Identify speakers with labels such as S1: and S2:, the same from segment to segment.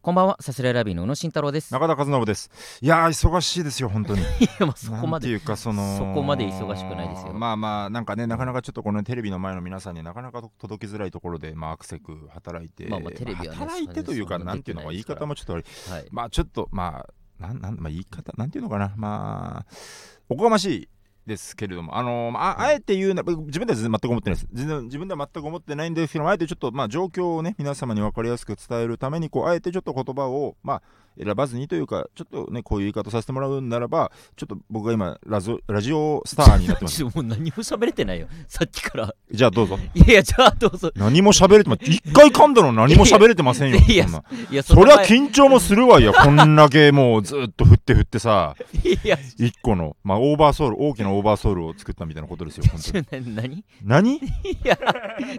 S1: こんばんは、サスレラビーの宇野慎太郎です。
S2: 中田和信です。いやー、忙しいですよ、本当に。
S1: いや、まあそこ
S2: な
S1: ま
S2: んて
S1: で。
S2: いうか、その。
S1: そこまで忙しくないですよ
S2: まあまあ、なんかね、なかなかちょっとこのテレビの前の皆さんになかなか届きづらいところで、まあ、アクセク働いて。
S1: まあまあテレビはね
S2: 働いてというか、
S1: そんな
S2: なんていうのか、
S1: で
S2: 言
S1: きないです
S2: い
S1: から
S2: 方もちょっと悪い。
S1: はい。
S2: まあ、ちょっと、まあ、なん、なん、まあ、言い方、なんていうのかな、まあ。おこがましい。ですけれども、あのーまあ、ああえて言うな、僕自分では全然全く思ってないです。全然自分では全く思ってないんですけど、あえてちょっと、まあ、状況をね、皆様に分かりやすく伝えるために、こう、あえてちょっと言葉を、まあ、選ばずにというか、ちょっとね、こういう言い方させてもらうならば、ちょっと僕が今、ラジオラジオスターになってます。
S1: ちょっともう何も喋れてないよ。さっきから。
S2: じゃあどうぞ。
S1: いやいや、じゃあどうぞ。
S2: 何も喋れてま、一回噛んだのに何も喋れてませんよ。
S1: いや
S2: そんない
S1: や、
S2: そ
S1: の
S2: りゃ
S1: 前
S2: 緊張もするわよ。こんだけもうずっと振って振ってさ、
S1: いや、
S2: 一個の、まあ、オーバーソウル、大きなオーバーソウルを作ったみたいなことですよ、本当
S1: ち
S2: に。
S1: ょ、な何 い
S2: 何
S1: や、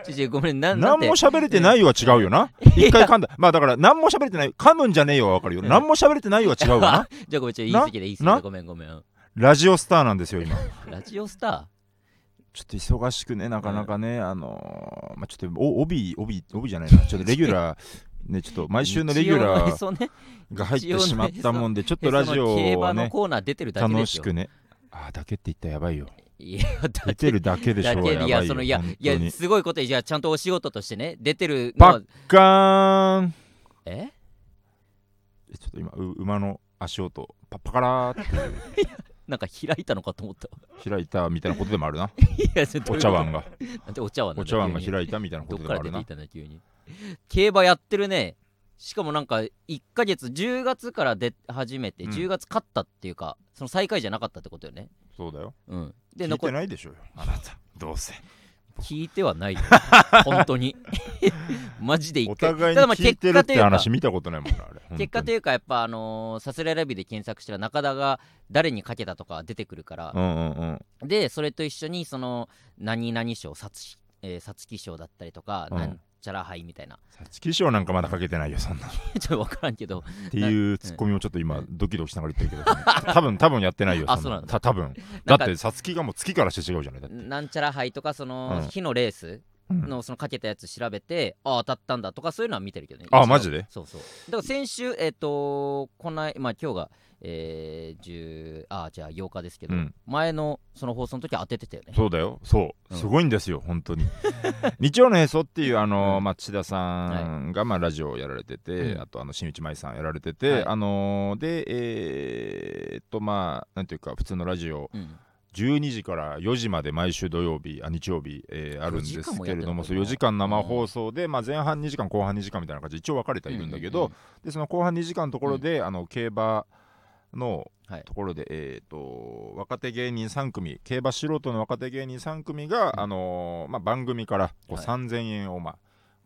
S1: ちょ、ちょ、ごめん、なんな
S2: 何
S1: ん
S2: も
S1: て。
S2: 喋れてないよは違うよな。一回噛んだ。まあだから、何も喋れてない。噛むんじゃねえよはわかる
S1: う
S2: よ。
S1: ん
S2: 何も喋れてないよは違う よな。
S1: じゃあごめん、ちょ、言い過ぎだ、言い過ぎだ、
S2: な
S1: ごめん、ごめん。
S2: ラジオスターなんですよ、今。
S1: ラジオスタ
S2: ちょっと忙しくね、なかなかね、あのーまあ、ちょっとお帯、帯、帯じゃない な、ちょっとレギュラー、ね、ちょっと
S1: ー
S2: 毎週のレギュラー
S1: そうね。
S2: が入ってしまったもんで、ちょっとラジオ
S1: 競馬
S2: を
S1: の
S2: ね、
S1: コーナー出てるだけで
S2: 楽
S1: す
S2: し
S1: よ。
S2: くね、あーだけって言ったらやばいよ。
S1: いや、だ
S2: 出
S1: って
S2: て。るだけでし
S1: だ
S2: ょう
S1: け
S2: が
S1: い
S2: や
S1: や
S2: ばい
S1: そ
S2: よ。
S1: のいや
S2: 本
S1: い
S2: 当
S1: や
S2: に
S1: すごいことでじゃあちゃんとお仕事としてね出てるの
S2: パ
S1: は
S2: ッカーン
S1: え
S2: えちょっと今、う馬の足音、パッパカラーって
S1: なんか開いたのかと思った。
S2: 開いたみたいなことでもあ るな。
S1: いやそれどうい
S2: お
S1: うこと
S2: 茶碗が、
S1: なんでお茶碗な
S2: お
S1: んだよ
S2: 茶碗が
S1: 急に
S2: 開いたみたいな
S1: ど
S2: こ
S1: っ
S2: とで
S1: か
S2: も
S1: ら
S2: あ
S1: 出
S2: る
S1: て
S2: な
S1: き。たんだ急に 競馬やってるねしかもなんか1ヶ月10月から出始めて、
S2: うん
S1: 10月勝ったっていうかその最下位じゃなかったってことよね
S2: そうだよ。
S1: うんで
S2: 聞い
S1: 残
S2: て
S1: り
S2: ないでしょうよ、あなた。どうせ。
S1: 聞いては ないよ本当に マジで一
S2: お
S1: 回
S2: 互いに
S1: ただまあ
S2: 聞いてるっ
S1: 結果と
S2: て
S1: いうか
S2: 話見たことないもんな、あれ。本当に
S1: 結果というかやっぱあのーサスレラビで検索したら中田が誰にかけたとか出てくるから
S2: う、んうんうん。
S1: でそれと一緒にその何々賞皐月、えー、皐月賞だったりとか、
S2: うん
S1: なんちゃら杯みたいな
S2: 皐月賞なんかまだかけてないよ、そんな。っ
S1: ちょっと分からんけど
S2: ていうツッコミをちょっと今、ドキドキしながら言ってるけ ど、多分多分やってないよ、
S1: あ
S2: そん
S1: そうなんだ
S2: た多分
S1: なん
S2: だっ
S1: か
S2: て、皐月がもう月からして違うじゃない。だって
S1: なんちゃら杯とかその
S2: うん
S1: 日のレース
S2: うん
S1: のそのかけたやつ調べて、ああ当たったんだとかそういうのは見てるけどね
S2: あ
S1: 一応
S2: マジで
S1: そうそうだから先週えっ、とこないまあ今日がえー、10あじゃあ8日ですけど、
S2: うん
S1: 前のその放送の時は当ててたよね
S2: そうだよ、そうう、
S1: ん
S2: すごいんですよ、本 当に。日曜のへそっていう、あ
S1: う
S2: のー
S1: ん
S2: まあ、千田さんが、まあ、ラジオをやられてて、
S1: うん
S2: あと、あの、新内舞さんやられて
S1: はい
S2: て、あのーで、えーっと、まあ、なんていうか、普通のラジオ
S1: うん
S2: 12時から4時まで毎週土曜日、あ日曜日、えーあるん
S1: 4
S2: で
S1: 時
S2: す
S1: 間もや
S2: け
S1: って
S2: れ
S1: んの
S2: ども、
S1: こ
S2: そ
S1: れ
S2: う
S1: ね
S2: 4時間生放送で、まあ、前半2時間、後半2時間みたいな感じで一応分かれてはいるんだけど、
S1: うん
S2: でその後半2時間のところで、あの競馬の
S1: はい
S2: ところで、えー、と若手芸人3組、競馬素人の若手芸人3組が、
S1: うん
S2: あのーまあ、番組からこう
S1: はい
S2: 3000円を、まあ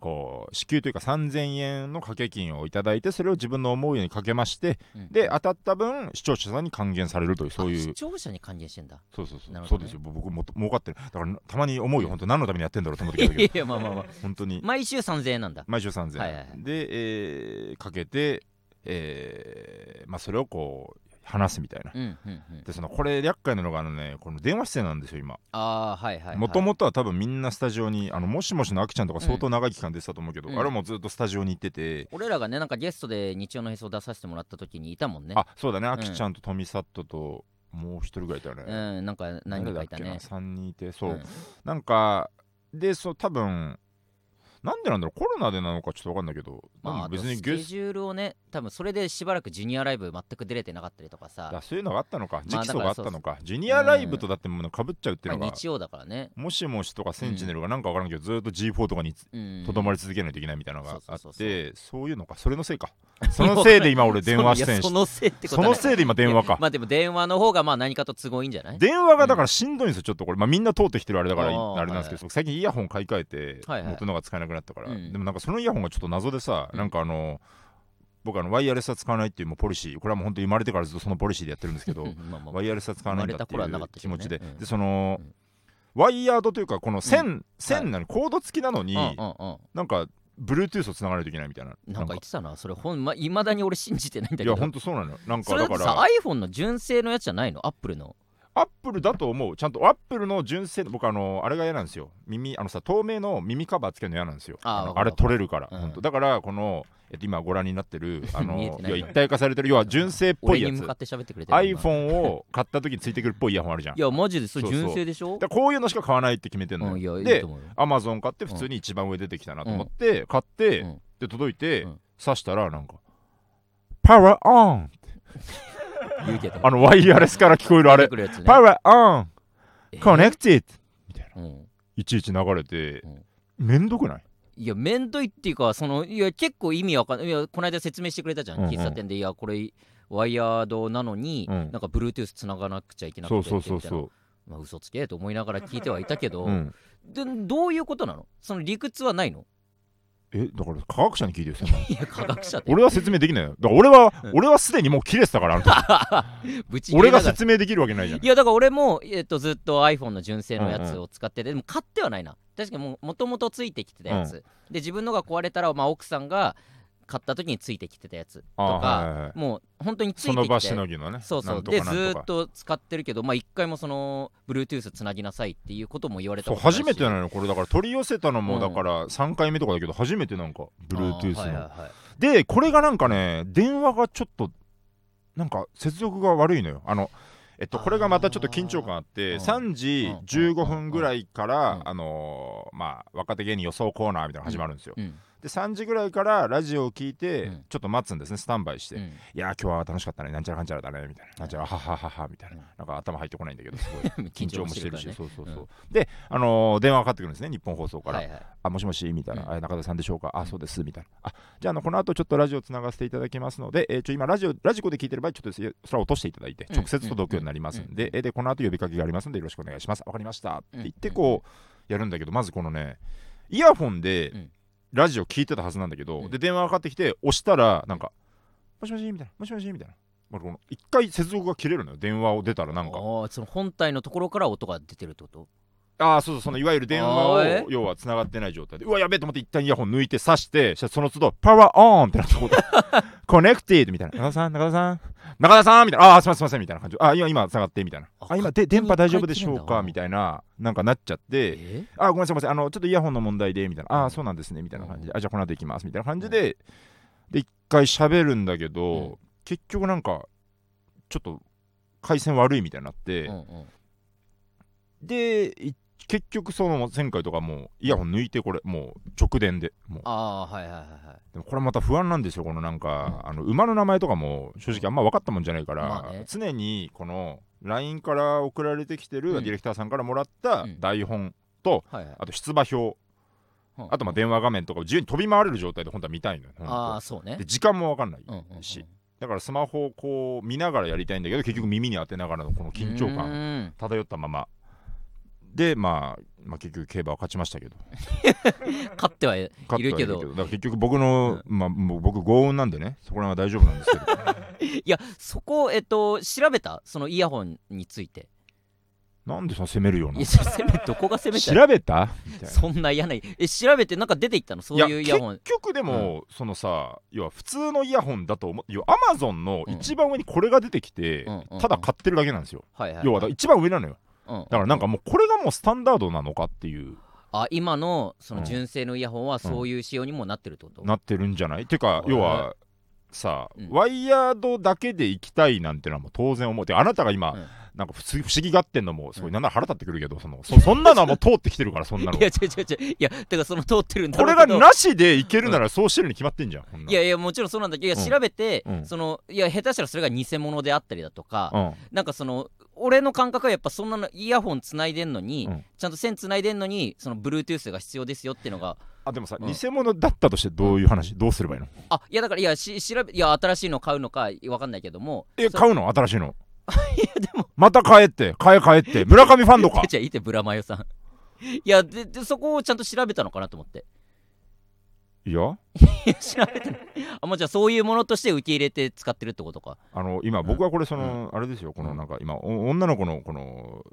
S2: こう支給というか3000円の掛け金をいただいてそれを自分の思うようにかけまして
S1: うんうん
S2: で当たった分視聴者さんに還元されるというそうい
S1: あ視
S2: う
S1: 聴者に還元してんだ
S2: そうそうそう、
S1: なるほ
S2: そ
S1: ど
S2: う
S1: ね
S2: ですよ僕もっと儲かってるだからたまに思うよ本当何のためにやってんだろうと思ってきた
S1: い
S2: け
S1: や
S2: ど
S1: いやまあまあまあ
S2: 本当に
S1: 毎週3000円なんだ
S2: 毎週3000円、
S1: はいはいはい
S2: で、えーかけて、えーまあ、それをこう話すみたいな、
S1: うんうんうん
S2: でそのこれ厄介なのがあのねこの電話出演なんですよ今
S1: ああはいはい
S2: もともとは多分みんなスタジオにあのもしもしのあきちゃんとか相当長い期間出てたと思うけど、
S1: うん
S2: あれもずっとスタジオに行ってて、
S1: 俺らがねなんかゲストで日曜のへそを出させてもらった時にいたもんね
S2: あそうだねあきちゃんと富里ともう一人ぐらいいたよね、
S1: うんなんか何人かいたね
S2: 3人いてそう、
S1: うん
S2: なんかでそう多分なんでなんだろうコロナでなのかちょっと分かんないけど、
S1: ま
S2: ま
S1: あ、
S2: あ、
S1: 別に
S2: 別に
S1: ス
S2: ゲ
S1: ケ
S2: ス
S1: ジュールをね多分それでしばらくジュニアライブ全く出れてなかったりとか
S2: ト
S1: さ
S2: だ、そういうのがあったのか、
S1: まあ
S2: 直訴があった
S1: だ
S2: のかジュニアライブとだってものかぶっちゃうってい
S1: ま
S2: う
S1: あ、
S2: のが、
S1: 日曜だからね
S2: もしもしとかセンチネルがなんか分からんけど、ずーっと G4 とかに
S1: うん
S2: とどまり続けないといけないみたいなのがあって、
S1: そうそう
S2: そう
S1: そう
S2: いうのかそれのせいかそのせいで今俺電話出演し
S1: そういや
S2: て
S1: そのせいってこ
S2: そ
S1: とは
S2: の
S1: ない
S2: せいで今電話か
S1: まあでも電話の方がまあ何かと都合いいんじゃない
S2: 電話がだからしんどいんですよ、ちょっとこれ、まあ、みんな通ってきてるあれだから、
S1: あー
S2: あれなんですけど、僕最近イヤホン買い替えて、
S1: はいはい
S2: 元のが使えなくなったから、
S1: うん
S2: でもなんかそのイヤホンがちょっと謎でさ、
S1: うん
S2: なんかあの、僕あの、ワイヤレスは使わないっていうもうポリシー、これはもう本当に生まれてからずっとそのポリシーでやってるんですけ
S1: う
S2: ど
S1: ん、まあまあ
S2: ワイヤレスは使わないんだって
S1: 生
S2: いう
S1: まれた頃はなかったけ
S2: 気
S1: どね
S2: 持ちで、
S1: うん
S2: で、その、
S1: うん
S2: ワイヤードというか、この線、
S1: はい
S2: 線なのに、コード付きなのに、
S1: うんうん
S2: なんか、Bluetooth をつながないといけないみたいな。
S1: うん、なんか言ってたなそれほんまいまだに俺信じてないんだけ
S2: い
S1: ど
S2: や、本当そうなのよ。なん
S1: そ
S2: か、
S1: れだ
S2: だ
S1: って
S2: か
S1: さ
S2: ら、
S1: iPhone の純正のやつじゃないのアップルの
S2: アップルだと思う。ちゃんと、アップルの純正の、僕、あの、あれが嫌なんですよ。耳、あのさ、透明の耳カバーつけるの嫌なんですよ。
S1: あー
S2: あの
S1: わか
S2: あ
S1: る
S2: れ取れるから、
S1: うん
S2: 本当だから、この、えっと、今ご覧になっ てる、あ
S1: 見え
S2: の
S1: てない
S2: 要は一体化されてる、要は純正っぽ
S1: 俺
S2: い
S1: に
S2: や
S1: 向
S2: つ
S1: かっ。て喋ってくれてる今
S2: iPhone を買った時についてくるっぽいイヤホンあるじゃん。
S1: い
S2: だか
S1: やマジでそれ
S2: そうそう
S1: 純正でしょ
S2: らこういうのしか買わないって決めてん
S1: う
S2: の
S1: んい
S2: よ。
S1: やいい
S2: で
S1: と、思うよ
S2: Amazon 買って普通に一番上出てきたなと思って、買っ
S1: う
S2: て
S1: ん、
S2: で、届いて
S1: うん、
S2: 挿したら、なんか、パワーオン
S1: 言うけど
S2: あの、ワイヤレスから聞こえるあ
S1: 出てく
S2: れ、
S1: るやつね
S2: パワーオン
S1: えー
S2: コネクティッド
S1: うん
S2: いちいち流れて
S1: うん、
S2: めんどくない
S1: いや面倒いっていうかそのいや結構意味わかんないやこの間説明してくれたじゃん、
S2: うんうん
S1: 喫茶店でいやこれワイヤードなのに、
S2: うん
S1: なんか Bluetooth つながなくちゃいけなくて
S2: そう
S1: みたい
S2: そ
S1: な
S2: うそうそ
S1: まあ嘘つけと思いながら聞いてはいたけど、
S2: う。うん
S1: でどういうことなのその理屈はないの
S2: え、だから科学者に聞いてよ、そんなの
S1: いや科学者で
S2: 俺は説明できないよ。だから俺は
S1: うん、
S2: 俺はすでにもう切れてたから、あ の時
S1: ぶち切
S2: 俺
S1: れ
S2: が
S1: ながら
S2: 説明できるわけないじゃん
S1: い。やだから俺も、えっとずっと iPhone の純正のや
S2: う
S1: つ
S2: んうん
S1: を使ってて、でも買ってはないな確かにもともとついてきてたやつ、で自分のが壊れたら、まあ、奥さんが買った時についてきてたやつと
S2: あー
S1: か
S2: はいはいはい
S1: もう本当について
S2: そ
S1: きて
S2: の場しのぎのね。
S1: そうそ
S2: な
S1: うん
S2: と
S1: で
S2: か
S1: ずー
S2: なんとか
S1: っと使ってるけどまあ一回もその Bluetooth つなぎなさいっていうことも言われた
S2: そう
S1: ことないし
S2: 初めてなのよこれだから取り寄せたの
S1: う
S2: も
S1: ん
S2: だから3回目とかだけど初めてなんか Bluetooth の、
S1: あーはいはいはい
S2: でこれがなんかね電話がちょっとなんか接続が悪いのよあのえっと
S1: あー
S2: これがまたちょっと緊張感あって
S1: うん
S2: 3時15分ぐらいか
S1: う
S2: ら
S1: ん
S2: あのーまあ若手芸人予想コーナーみたいなの始まるんですよ
S1: うん
S2: で3時ぐらいからラジオを聞いて
S1: うん
S2: ちょっと待つんですねスタンバイして
S1: うん
S2: いやー今日は楽しかったねなんちゃらかんちゃらだねみたいななんちゃらははははみたいな
S1: うん
S2: なんか頭入ってこないんだけどすごい緊張もしてるし
S1: 緊張
S2: そうそうそう、
S1: うん
S2: であのー電話かかってくるんですね日本放送か、
S1: かららねはいはい
S2: あもしもしみたいな、
S1: うん
S2: あ中田さんでしょうか
S1: う
S2: あ
S1: ん
S2: そうですみたいなあじゃああのこの後ちょっとラジオつながせていただきますので、えーちょ今ラジオラジコで聞いてる場合ちょっとそれを落としていただいて
S1: うん
S2: 直接届くようになります
S1: うんう
S2: んで、
S1: んうん
S2: えーでこの後呼びかけがありますのでよろしくお願いしますわかりましたって言って
S1: うん
S2: こうやるんだけどまずこのねイヤホンで
S1: うん
S2: ラジオ聞いてたはずなんだけど、
S1: うん
S2: で電話がかかってきて押したらなんかもしもしみたいなもしもしみたいなまあこの一回接続が切れるのよ電話を出たらなんか
S1: あーその本体のところから音が出てるってこと
S2: ああそうそうそのいわゆる電話
S1: あーえ
S2: を要は繋がってない状態でうわやべえと思って一旦イヤホン抜いて刺してそしたらその都度パワーオンってなったこと コネクティドみたいな中田さん中田さん中田さんみたいなああすいませんすいませんみたいな感じああ今今繋がってみたいな
S1: あ
S2: あ今
S1: 勝手
S2: で
S1: に
S2: 電波大丈夫でし
S1: 一
S2: ょ
S1: 回切
S2: う
S1: れんだ
S2: かみたいななんかなっちゃって
S1: え
S2: ああごめんなさいごめんなさいあのちょっとイヤホンの問題でみたいなああそうなんですねみたいな感じであじゃあこの後行きますみたいな感じでで一回喋るんだけ
S1: うん
S2: ど結局なんかちょっと回線悪いみたいになって、
S1: うんうん
S2: でい結局その前回とかもうイヤホン抜いてこれもう直電でもう
S1: ああはいはいはいはい
S2: でもこれまた不安なんですよこのなんか、あの馬の名前とかも正直あんま分かったもんじゃないから、
S1: まあね
S2: 常にこの LINE から送られてきてる
S1: うん
S2: ディレクターさんからもらった
S1: うん
S2: 台本、
S1: はいはい
S2: あと出馬表、
S1: うん
S2: あとまあ電話画面とかを自由に飛び回れる状態で本当は見たいのよ本当
S1: あ
S2: は
S1: あそうね
S2: で時間も分かんない、
S1: うんうんうん
S2: しだからスマホをこう見ながらやりたいんだけど結局耳に当てながらのこの緊張
S1: う
S2: 感
S1: ーん
S2: 漂ったままで、まあ、まあ結局競馬は勝ちましたけど
S1: 勝ってはい
S2: 勝ってはい
S1: るけど
S2: だから結局僕の、まあもう僕幸運なんでねそこら辺は大丈夫なんですけど
S1: いやそこえっと調べたそのイヤホンについて
S2: なんでそんな責めるよう
S1: い
S2: な
S1: やせめどこが攻めた
S2: 調べたみたいな
S1: そんな嫌ないえ調べてなんか出ていったのそういうイヤホン
S2: 結局でも、そのさ要は普通のイヤホンだと思って要はアマゾンの一番上にこれが出てきて、
S1: うんうんうん
S2: ただ買ってるだけなんですよ、
S1: はいはい
S2: 要はだから一番上なのよ
S1: うん
S2: だからなんかもうこれがもうスタンダードなのかっていう
S1: あ今のその
S2: うん
S1: 純正のイヤホンはそういう仕様にもなってるってこと、
S2: なってるんじゃないてか
S1: そうだね
S2: 要はさ、
S1: うん
S2: ワイヤードだけで行きたいなんてのはもう当然思うてあなたが今、
S1: うん
S2: なんか不思不思議がってんのもすご
S1: う
S2: い
S1: ん
S2: なんなら腹立ってくるけどそのそそんなのはもう通ってきてるからそんなの
S1: いや違う違う違ういやだからその通ってるんだ
S2: こ
S1: ろ
S2: れ
S1: うけ
S2: が
S1: ど
S2: なしでいけるならそうしてるに決まってんじゃん、こんない
S1: やいやもちろんそうなんだけどいや
S2: うん
S1: 調べて、
S2: うん
S1: そのいや下手したらそれが偽物であったりだとか、
S2: うん
S1: なんかその俺の感覚はやっぱそんなのイヤホンつないでんのに、
S2: うん
S1: ちゃんと線つないでんのにその Bluetooth が必要ですよっていうのが
S2: あでもさ、
S1: うん
S2: 偽物だったとしてどういう話どうすればいいの
S1: あいやだからいやし調べいや新しいの買うのかわかんないけども
S2: え
S1: そ
S2: 買うの新しいの
S1: いやでも
S2: また買えって買え買えって村上ファンドか
S1: じ ゃあいてブラマヨさんいやででそこをちゃんと調べたのかなと思って
S2: いや
S1: いや調べてないあもうじゃあそういうものとして受け入れて使ってるってことか
S2: あの今僕はこれその、あれですよこのなんか今お女の子のこの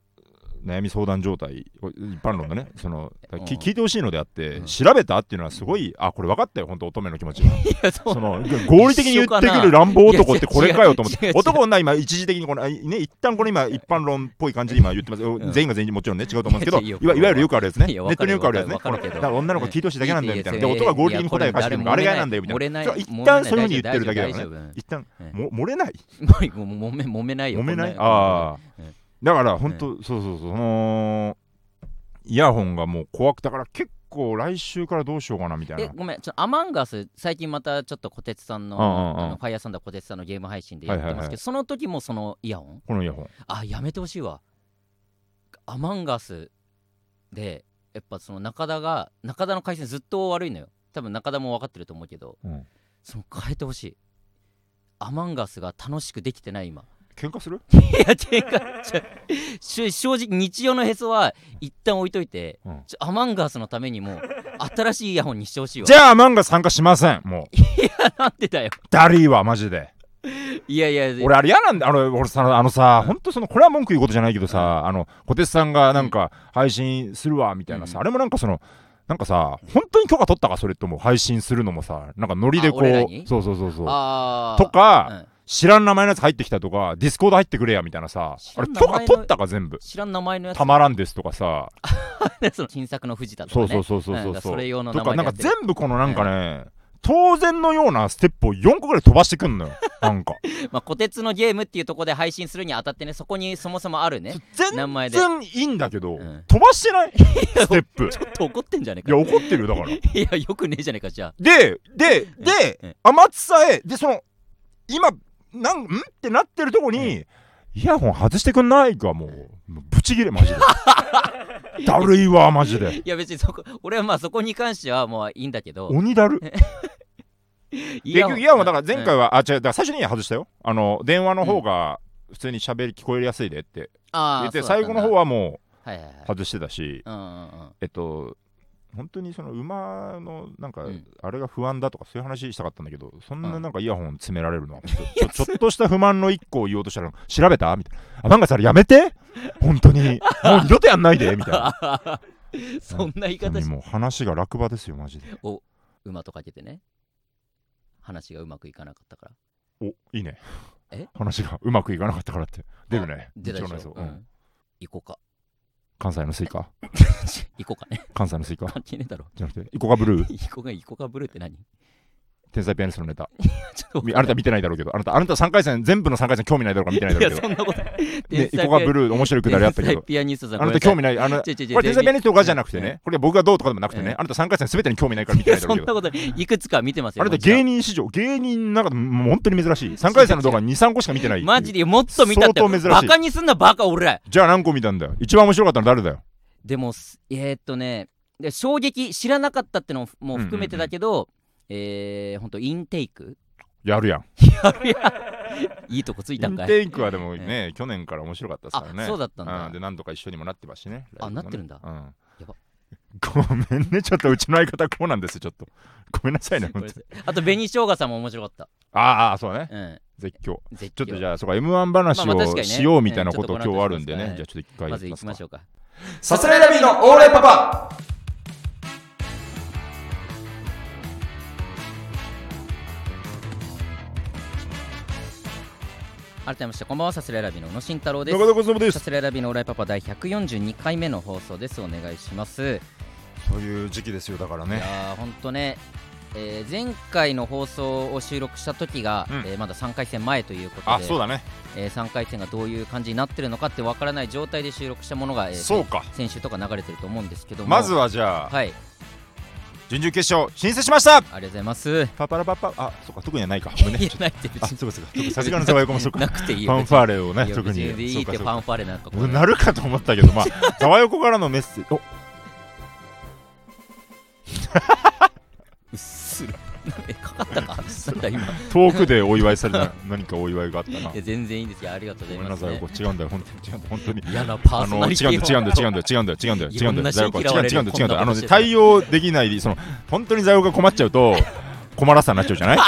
S2: 悩み相談状態一般論だねその
S1: うん
S2: き聞いてほしいのであって、
S1: うん
S2: 調べたっていうのはすごいあこれ分かったよ本当乙女の気持ちが
S1: やそう
S2: その合理的に言ってくる乱暴男ってこれかよと思っ
S1: いや違う違
S2: て
S1: う違う
S2: 男女今一時的にこのあいね一旦これ今一般論っぽい感じで今言ってます、
S1: ん
S2: 全員が全員もちろんね違うと思うんですけど
S1: い
S2: い
S1: やいや
S2: わいわゆるよくあるやつね
S1: い
S2: ネ
S1: や
S2: ットによくあるやつね
S1: わかるけど
S2: だから女の子聞いてほしいだけなんだよみたいなで男
S1: は
S2: が合理的に答えを返してくるのがあれが嫌なんだよみたいな
S1: 漏れない
S2: それは一旦そういうふうに言ってるだけだ
S1: よ
S2: からね
S1: ね
S2: 一旦
S1: ええ
S2: も漏れない
S1: もうもうもめ 揉めないよ
S2: 揉めない
S1: こん
S2: ああ、
S1: え
S2: だから本当、そうそうそうそのイヤホンがもう怖くだから結構来週からどうしようかなみたい
S1: え
S2: な
S1: ごめんちょアマンガス最近またちょっと小鉄さんの
S2: うんうんうん
S1: あのファイヤーサンダー小鉄さんのゲーム配信でやってますけど、
S2: はいはいはい
S1: その時もそのイヤホン
S2: このイヤホン
S1: あやめてほしいわアマンガスでやっぱその中田が中田の回線ずっと悪いのよ多分中田も分かってると思うけど、
S2: うん
S1: その変えてほしいアマンガスが楽しくできてない今
S2: 喧嘩する
S1: いやてかちょし正直日曜のへそは一旦置いといて、
S2: うん
S1: ちょアマンガスのためにも新しいイヤホンにしてほしいわ
S2: じゃあ漫画参加しませんもう
S1: なんでだよ
S2: ダリーはマジで
S1: いやいや
S2: 俺あれ嫌なんだあの俺さあのさ、
S1: うん
S2: ほんとそのこれは文句言うことじゃないけどさ、あの小鉄さんがなんか配信するわみたいなさ、
S1: うん
S2: あれもなんかそのなんかさ本当に許可取ったかそれとも配信するのもさなんかノリでこ
S1: あ俺らに
S2: うそうそうそうそう
S1: あー
S2: とか、
S1: うん
S2: 知らん名前のやつ入ってきたとかディスコード入ってくれやみたいなさ
S1: 知
S2: あ
S1: ら
S2: れ
S1: ん名
S2: 許
S1: 前の
S2: 可取ったか全部
S1: 知らん名前のやつ
S2: たまらんですとかさ
S1: ねその金作の藤田とか、
S2: そ
S1: ね、
S2: うそうそうそう
S1: なん
S2: そう
S1: かそれ用の
S2: と
S1: 名
S2: か
S1: 前
S2: な
S1: でや
S2: んか
S1: ってる
S2: 全部このなんかね当然のようなステップを4個ぐらい飛ばしてくんのよなんか
S1: まあ、小鉄のゲームっていうところで配信するにあたってねそこにそもそもあるね名
S2: 全
S1: 前で
S2: 然いいんだけ
S1: う
S2: ど
S1: ん
S2: 飛ばして ないステップ
S1: ちょっと怒ってんじゃねえ
S2: いや
S1: か
S2: 怒ってるよだから
S1: いやよくねえじゃねえかじゃあ
S2: でで
S1: うん
S2: で天津さえでその今なんんってなってるとこにイヤホン外してくんないかもうもうブチギレマジ でだるいわマジで
S1: いや別にそこ俺はまあそこに関してはもういいんだけど
S2: 鬼だる
S1: イ
S2: 結局イヤホンだから前回
S1: は、
S2: は、あ違うだから最初には外したよあの電話の方が普通に喋り聞こえやすいでって
S1: あ
S2: 言
S1: あ
S2: って最後の方
S1: は
S2: はも
S1: はいはいはいう
S2: 外してたし
S1: うんうんうん
S2: えっと本当にその馬のなんか
S1: うん
S2: あれが不安だとかそういう話したかったんだけどそん
S1: う
S2: なんなんかイヤホン詰められるのは本当ちょちょっとした不満の一個を言おうとしたら調べたみたいなあなんかさやめて本当にもう二度とやんないでみたいな
S1: そんな言い
S2: 本当
S1: 方
S2: に
S1: し
S2: もう話が落馬ですよマジで
S1: 馬とかけてね話がうまくいかなかったから
S2: おいいね
S1: え
S2: 話がうまくいかなかったからって出るね
S1: 出たでし
S2: 一応ね
S1: ょ、
S2: そう
S1: う
S2: うん
S1: ん、行こうか
S2: 関西のスイカ
S1: 行こうか ね
S2: 関西のスイカ
S1: 関係ねえだろ
S2: じゃなくてイコカブルー
S1: 行こうが行こうかブルーって何
S2: 天才ピアニストのネタ
S1: ちょっと
S2: みあなた見てないだろうけどあなたあなた3回戦全部の3回戦興味ないだろうから見てないだ
S1: い
S2: ろ
S1: やそ
S2: うけど
S1: んなこと
S2: でイコカブルー面白いくだりあった
S1: 天
S2: け
S1: 才
S2: ど
S1: ピアニストさん
S2: あなた興味ないあの
S1: ちょいちょいち
S2: こ
S1: ょ
S2: れ天才ピアニストがじゃなくてねこれ僕がどうとかでもなくて
S1: ええ
S2: ねあなた3回戦全てに興味ないから見てない
S1: そ
S2: だろうんけ
S1: な
S2: ど
S1: こといくつか見てますよ
S2: あなた
S1: もちろん
S2: 芸人史上芸人の中でもう本当に珍しい3回戦の動画23個しか見てない
S1: マジでもっと見たって
S2: 相当珍しい
S1: バカにすんなバカ俺ら
S2: じゃあ何個見たんだよ一番面白かったの誰だよ
S1: でもすえー、っとねで衝撃知らなかったってのも含めてだけど、えー、ほんとインテイク
S2: やるやん
S1: いいとこつい
S2: イ
S1: たん
S2: ン
S1: かい
S2: テイクはでもね去年から面白かったですからね
S1: あそうだったんだ
S2: うんで何度か一緒にもなってますしね
S1: あ
S2: ライブもね
S1: なってるんだ
S2: うん
S1: やば
S2: ごめんねちょっとうちの相方こうなんですよちょっとごめんなさいね
S1: ご
S2: 本
S1: めん
S2: 当
S1: な
S2: に
S1: さいあと紅生姜さんも面白かっ
S2: あーあーそうだね
S1: たうん
S2: 絶叫
S1: 絶
S2: ちょっとじ
S1: ゃ
S2: ゃあそこ M1 話
S1: まあまあ確か
S2: を
S1: にね
S2: しようみたいなこと
S1: うんちょっと
S2: 今日あるんで
S1: この
S2: ね
S1: 後
S2: じゃあちょっと一回
S1: まず行きまし
S2: ょ
S1: ょ
S2: う
S1: うか
S2: さすらいラビーのオーライパパ
S1: 改めましてこんばんはさすらいラビの宇野慎太郎です
S2: 中田小僧で
S1: さ
S2: す
S1: すらいラビのオーライパパ第142回目の放送ですお願いします
S2: そういう時期ですよだから
S1: い
S2: ね
S1: やーほんとね、えー前回の放送を収録した時が、
S2: うん
S1: えーまだ3回戦前ということで
S2: あそうだね
S1: え3回戦がどういう感じになってるのかってわからない状態で収録したものが、えー
S2: そうか
S1: 先週とか流れてると思うんですけども
S2: まずはじゃあ
S1: はいあり
S2: 準々決勝進出しました
S1: がとうござい ます
S2: パパラパパあそうか特にはないかごめんね
S1: いや
S2: ちょっと
S1: ないって別
S2: あ
S1: に
S2: そうかそうかそうかさすがの沢横もそうか
S1: なくていい
S2: ファ
S1: よ
S2: ンファーレをね
S1: 別
S2: 特
S1: いや
S2: に
S1: 別でいい
S2: そう
S1: って
S2: か
S1: フ
S2: そうか
S1: ァンファーレなんかこう
S2: 俺なるかと思ったけどまあ沢横からのメッセージお
S1: うっすらえかかったかなんだ今い
S2: 遠くでお祝いされた何かお祝いがあったな
S1: や全然いいんですよありがとうござ
S2: ご
S1: い
S2: めんな
S1: ます、
S2: さい
S1: ね
S2: 横、違うんだよ本当に違うんだよ本当に
S1: 嫌なパ
S2: あ
S1: ーソ
S2: の
S1: ナ
S2: 違
S1: リティ
S2: うんだ違うんだ違うんだ違うんだ違うんだ違うんだ
S1: いろんな
S2: ザヨコ
S1: 人嫌わ
S2: 違う
S1: れ
S2: 違
S1: る
S2: うんだ違う
S1: こ
S2: んだ
S1: んな
S2: あの
S1: ことして
S2: ね
S1: たら
S2: 対応できないその本当にザヨが困っちゃうと困らせたになっちゃうじゃない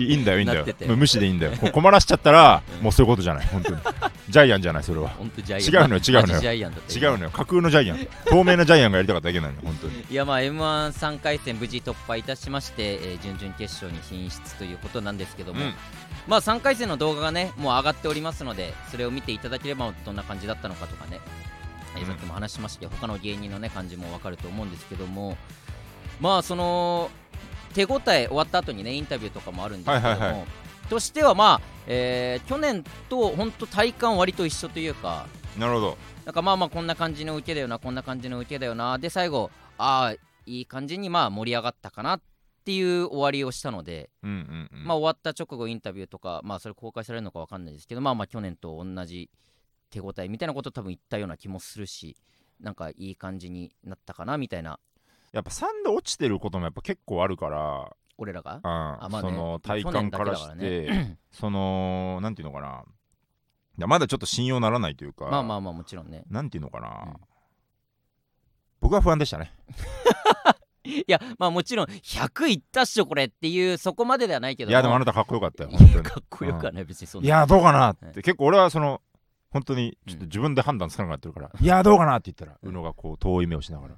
S2: いいんだよいいんだ
S1: なって
S2: よ
S1: て
S2: もう無視でいいんだよこう困らしちゃったらもうそういうことじゃない本当にジャイアンじゃないそれは
S1: ほんとジャイアン
S2: 違うのよ違うのよ
S1: マジジャイアンだった
S2: 違うのよ架空のジャイアン透明なジャイアンがやりたかっただけなのよ本当に
S1: いやまあ m 1 3回戦無事突破いたしまして、えー準々決勝に進出ということなんですけども、
S2: うん
S1: まあ3回戦の動画がねもう上がっておりますのでそれを見ていただければどんな感じだったのかとかね、えー
S2: うん
S1: さっきも話しましたけど他の芸人のね感じもわかると思うんですけどもまあその手応え終わった後にねインタビューとかもあるんですけども、
S2: はいはいは
S1: としてはまあ、えー去年と本当体感割と一緒というか
S2: なるほど
S1: なんかまあまあこんな感じの受けだよなこんな感じの受けだよなで最後ああいい感じにまあ盛り上がったかなっていう終わりをしたので、
S2: うんうんうん
S1: まあ終わった直後インタビューとかまあそれ公開されるのかわかんないですけどまあまあ去年と同じ手応えみたいなこと多分言ったような気もするしなんかいい感じになったかなみたいな
S2: やっぱ3で落ちてることもやっぱ結構あるから
S1: 俺らが
S2: あ
S1: あまあね
S2: その体感からして、そのなんていうのかないやまだちょっと信用ならないというか
S1: まあまあまあもちろんね
S2: なんていうのかな、
S1: うん
S2: 僕は不安でしたね
S1: いやまあもちろん100いったっしょこれっていうそこまでではないけど
S2: いやでもあ
S1: の
S2: なたかっこよかったよ本
S1: い
S2: 当
S1: や
S2: に
S1: かっこよくはない別にそん
S2: い
S1: な
S2: やどうかなって、
S1: はい
S2: 結構俺はその本当にちょっと自分で判断つかなくなってるから、いやどうかなって言ったら
S1: うん
S2: 宇野がこう遠い目をしながら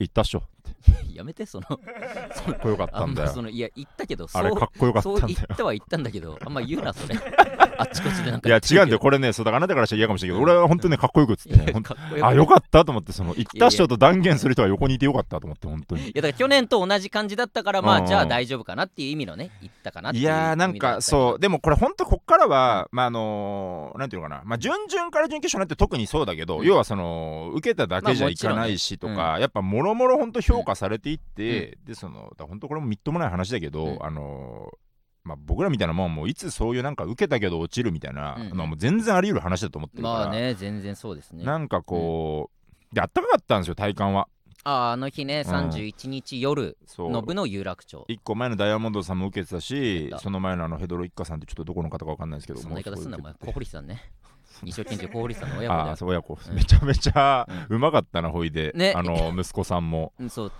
S2: 言ったっしょって
S1: やめてその
S2: かっこよかった
S1: あん
S2: んだ
S1: ま
S2: よ
S1: そのいや言ったけど
S2: あ
S1: そう
S2: れかっこよかったん
S1: そう
S2: だよ
S1: 言ったは言ったんだけどあんま言うなそ れあっちこっちでなんか
S2: いや違うんだよ
S1: こ
S2: これねそうだからあなたからしたら嫌かもしれないけど、
S1: うん
S2: 俺は本当にねかっこよくっつってね本
S1: かっこ
S2: 当
S1: よ
S2: あ
S1: あ
S2: よ
S1: よ
S2: かったと思ってその言ったっしょと断言する人が横にいてよかったと思って本当に
S1: いやだから去年と同じ感じだったからまあ
S2: うん
S1: じゃあ大丈夫かなっていう意味のね言ったかなって
S2: い
S1: いう
S2: やーなんかそうでもこれ本当こっからはまああのーなんていうのかなまあ準々から準決勝になって特にそうだけど、
S1: うん
S2: 要はその受けただけじ
S1: まあ
S2: ゃ
S1: も
S2: い
S1: ちろ
S2: か
S1: んね
S2: ないしとか、やっぱもろもろ本当評価されていって、でそのだから本当これもみっともない話だけど、
S1: うん
S2: あのーまあ、僕らみたいなもんはもういつそういうなんか受けたけど落ちるみたいな
S1: うん
S2: のはもう全然あり得る話だと思ってるから、
S1: まあね全然そうですね
S2: なんかこう、であったかかったんですよ体感は。
S1: あああの日ね
S2: うん
S1: 31日夜
S2: そう
S1: の部の有楽町
S2: 一個前のダイヤモンドさんも受けてた
S1: 受け
S2: して
S1: た
S2: その前のあのヘドロ一家さんってちょっとどこの方かわかんないですけど
S1: そんな言い方すんなお前
S2: もう
S1: 小堀さんね二所拳銃小堀さんの親子
S2: あ
S1: だ
S2: あ
S1: よ
S2: そう親子、
S1: うん
S2: めちゃめちゃうまかったなほいで、
S1: ね
S2: あの息子さんも
S1: うん そう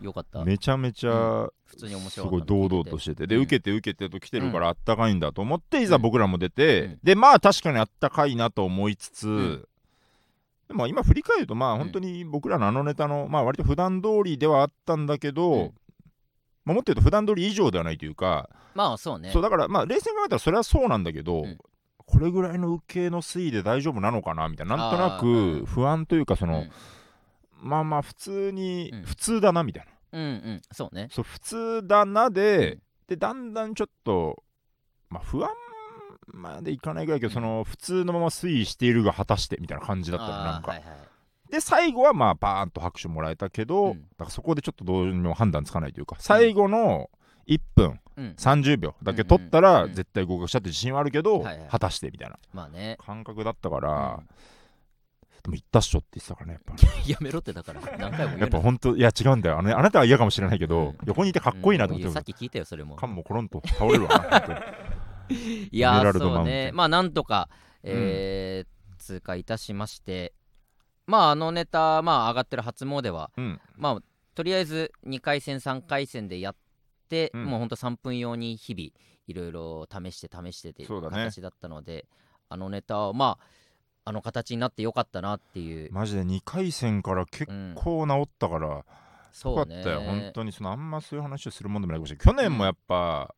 S1: よかった
S2: めちゃめちゃ
S1: 普通に面
S2: す
S1: 白か
S2: ご
S1: っ
S2: い
S1: た
S2: 堂々としててで
S1: うん
S2: 受けて受けてと来てるからあったかいんだと思っていざ
S1: うん
S2: 僕らも出て、
S1: うん
S2: でまあ確かにあったかいなと思いつつ、
S1: ん
S2: でも今振り返るとまあ
S1: ん
S2: 本当に僕らのあのネタのまあ割と普段通りではあったんだけど、
S1: うん
S2: まあもっと言うと普段通り以上ではないというか、
S1: まあそうね
S2: そうだからまあ冷静に考えたらそれはそうなんだけ
S1: う
S2: ど、
S1: ん
S2: これぐらいの受けの推移で大丈夫なのかなみたいななんとな
S1: あーう
S2: く
S1: ん
S2: 不安というかそ
S1: う
S2: の、
S1: ん
S2: まあまあ普通に、
S1: うん
S2: 普通だなみたいな
S1: うんうんそうね
S2: そう普通だなで、
S1: うん
S2: でだんだんちょっとまあ不安までいかないぐらいだけ
S1: う
S2: ど、
S1: ん
S2: その普通のまま推移しているが果たしてみたいな感じだったのなん
S1: ああ
S2: か、
S1: はいはい
S2: で最後はまあバーンと拍手もらえたけど、
S1: うん
S2: だからそこでちょっとどうにも判断つかないというか最後の1分
S1: うん
S2: 30秒だけ取ったら、
S1: うん
S2: 絶対合格したって自信はあるけど、
S1: はいはい
S2: 果たしてみたいな
S1: まあね
S2: 感覚だったから、でも行ったっしょって言ってたからねやっぱね
S1: やめろってだから何回も言うな
S2: やっぱ本当いや違うんだよあのねあなたは嫌かもしれないけど、
S1: うん
S2: 横にいてかっこいいなと思っ
S1: うん
S2: て
S1: さっ、き聞いたよそれも
S2: 缶もコロンと倒れるわ な本
S1: いや
S2: エメラ
S1: ー
S2: ルド
S1: そう
S2: マウンテン
S1: ねまあなんとか、えー通過いたしましてまああのネタまあ上がってる初詣は
S2: 当にうん
S1: まあとりあえず2回戦3回戦でやって、
S2: うん
S1: もうほんと3分用に日々いろいろ試して試してってい
S2: そう
S1: う
S2: だね
S1: 形だったので、あのネタはまああの形になってよかったなっていう、
S2: マジで2回戦から結構治ったから、よ
S1: そ
S2: か
S1: う
S2: った
S1: ね
S2: よ本当にそのあんまそういう話をするもんでもないかもしれない去年もやっぱ、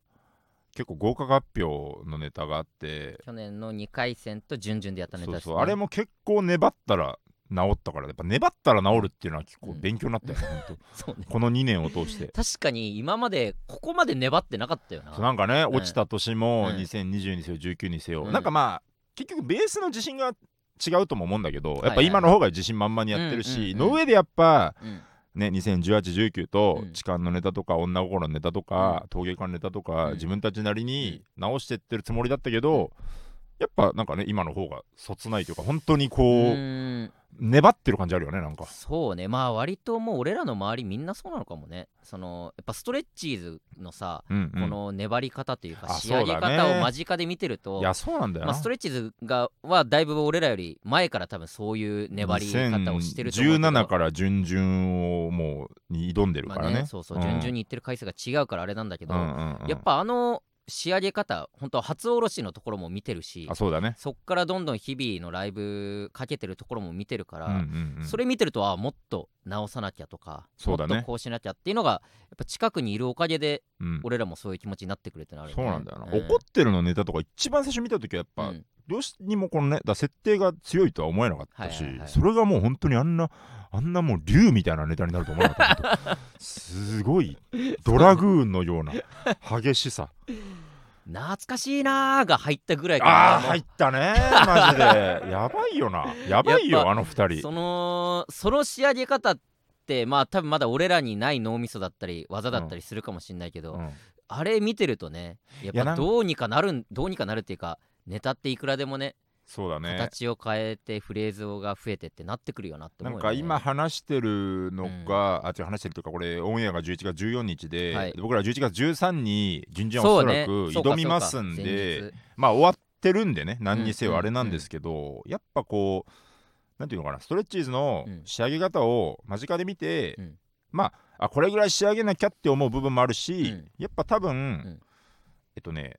S2: 結構合格発表のネタがあって、
S1: 去年の2回戦と準々でやったネタ
S2: そう
S1: です、ね、
S2: そうあれも結構粘ったら治ったからやっぱ粘ったら治るっていうのは結構
S1: うん
S2: 勉強になったよ、本当
S1: そうね
S2: この2年を通して
S1: 確かに今までここまで粘ってなかったよな
S2: そうなんかね、
S1: ん
S2: 落ちた年も
S1: うん
S2: 2020にせよ19にせよ、
S1: うん
S2: なんかまあ結局ベースの自信が違うとも思うんだけど
S1: い
S2: やっぱ今の方が自信満々にやってる
S1: うん
S2: し、
S1: うんうん
S2: の上でやっぱ
S1: うん
S2: ね201819と
S1: うん
S2: 痴漢のネタとか女心のネタとか、陶芸家のネタとか、
S1: うん
S2: 自分たちなりに直してってるつもりだったけ
S1: うん
S2: ど、やっぱなんかね今の方がそつないというか本当に
S1: う
S2: こう、
S1: ーん
S2: 粘ってる感じあるよねなんか
S1: そうねまあ割ともう俺らの周りみんなそうなのかもねそのやっぱストレッチーズのさ、
S2: うん、うん、
S1: この粘り方というか
S2: あ
S1: 仕上げ
S2: そうだ
S1: 方
S2: ね
S1: を間近で見てると、
S2: いやそうなんだよな、
S1: まあ、ストレッチーズがはだいぶ俺らより前から多分そういう粘り方をしてると思うけど
S2: 17から準々をもうに挑んでるからね,、
S1: まあ、ねそうそう順々にいってる回数が違うからあれなんだけど、やっ
S2: ぱ
S1: ぱあの仕上げ方本当初おろしのところも見てるし
S2: あそうだね、
S1: そっからどんどん日々のライブかけてるところも見てるから、
S2: うんうんうん、
S1: それ見てるとあもっと直さなきゃとか、
S2: そうだね
S1: もっとこうしなきゃっていうのがやっぱ近くにいるおかげで
S2: うん
S1: 俺らもそういう気持ちになってくれてのあるよ
S2: そ
S1: ね、
S2: うなんだよな、
S1: うん
S2: 怒ってるのネタとか一番最初見た時はやっぱ、
S1: うん
S2: どうしにもこのねだから設定が強いとは思えなかった
S1: は
S2: し、
S1: いはいはい
S2: それがもう本当にあんなあんなもう竜みたいなネタになると思わなかった本当すごいドラグーンのような激し さ
S1: 懐かしいなーが入ったぐらいから
S2: ああー入ったねマジでやばいよなやばい
S1: やっ
S2: よ
S1: ぱ
S2: あの二人
S1: そのその仕上げ方ってまあ多分まだ俺らにない脳みそだったり技だったりするかもしれないけど、
S2: うん
S1: あれ見てるとねや
S2: いや
S1: っぱ
S2: なん
S1: どうにかなるんどうにかなるっていうかネタっていくらでもね
S2: そうだね
S1: 形を変えてフレーズが増えてってなってくるよなって
S2: な
S1: 思うんよ、ね、
S2: か今話してるのが、あ違う話してるというかこれオンエアが11月14日で、
S1: はい
S2: 僕ら11月13に準々
S1: そ
S2: おそうら
S1: ね
S2: く
S1: そうか
S2: 挑みますん
S1: そ
S2: で
S1: うか
S2: まあ終わってるんでね何にせ
S1: うん
S2: よ
S1: うん
S2: あれなんですけど、やっぱこうなんていうのかなストレッチーズの
S1: うん
S2: 仕上げ方を間近で見て、
S1: うん
S2: まああこれぐらい仕上げなきゃって思う部分もあるし、
S1: うん
S2: やっぱ多分、
S1: ん
S2: えっとね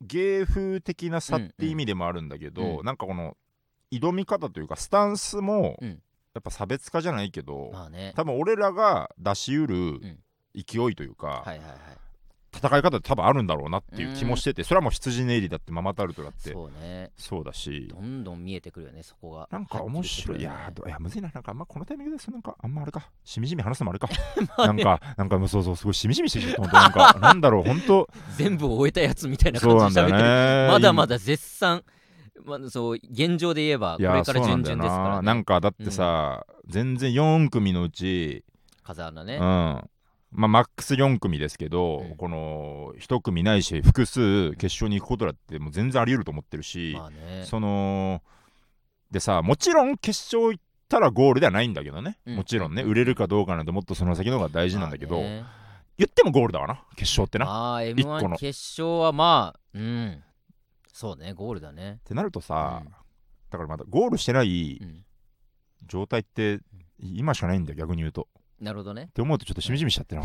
S2: 芸風的な差って意味でもあるんだけど、
S1: うんうん
S2: なんかこの挑み方というかスタンスも、
S1: うん
S2: やっぱ差別化じゃないけど、
S1: まあね
S2: 多分俺らが出し得る
S1: ん
S2: 勢いというか、
S1: はいはいはい
S2: 戦い方って多分あるんだろうなっていう気もしてて、それはもう羊ネイリだってママタルトだって
S1: そうね
S2: そうだし
S1: どんどん見えてくるよねそこが
S2: なんか面白い、い
S1: は
S2: や
S1: っきり
S2: ーいやむずいななんかあんまこのタイミングで すなんかあんまあれかしみじみ話すのもあれかなんかなんかもうそうそうすごいしみじみしてきちゃった本当なんかなんだろう本当
S1: 出てくるよね全部終えたやつみたいな
S2: そうな
S1: 感
S2: ん
S1: じで
S2: だ
S1: 喋
S2: よ
S1: ってる、
S2: ね
S1: まだまだ絶賛、まあ、そう現状で言えばこ
S2: いやー
S1: れから
S2: そうなん
S1: 順々
S2: だ
S1: です
S2: よ
S1: か
S2: な
S1: ら、ね、
S2: なんかだってさ、全然4組のうち、
S1: 風穴
S2: う
S1: ね
S2: ん、まあマックス4組ですけど、
S1: うん
S2: この1組ないし複数決勝に行くことだってもう全然あり得ると思ってるし、
S1: まあね
S2: そのでさもちろん決勝行ったらゴールではないんだけどね、
S1: うん
S2: もちろんね
S1: うん
S2: 売れるかどうかなんてもっとその先の方が大事なんだけど、
S1: まあね
S2: 言ってもゴールだわな決勝ってな。っ
S1: ああ
S2: 一個
S1: M1
S2: の
S1: 決勝はまあうんそうねゴールだね
S2: てなるとさ、
S1: うん
S2: だからまだゴールしてない
S1: うん
S2: 状態って今しかないんだよ逆に言うと。
S1: なるほどね
S2: って思うとちょっとしみじみしちゃってな。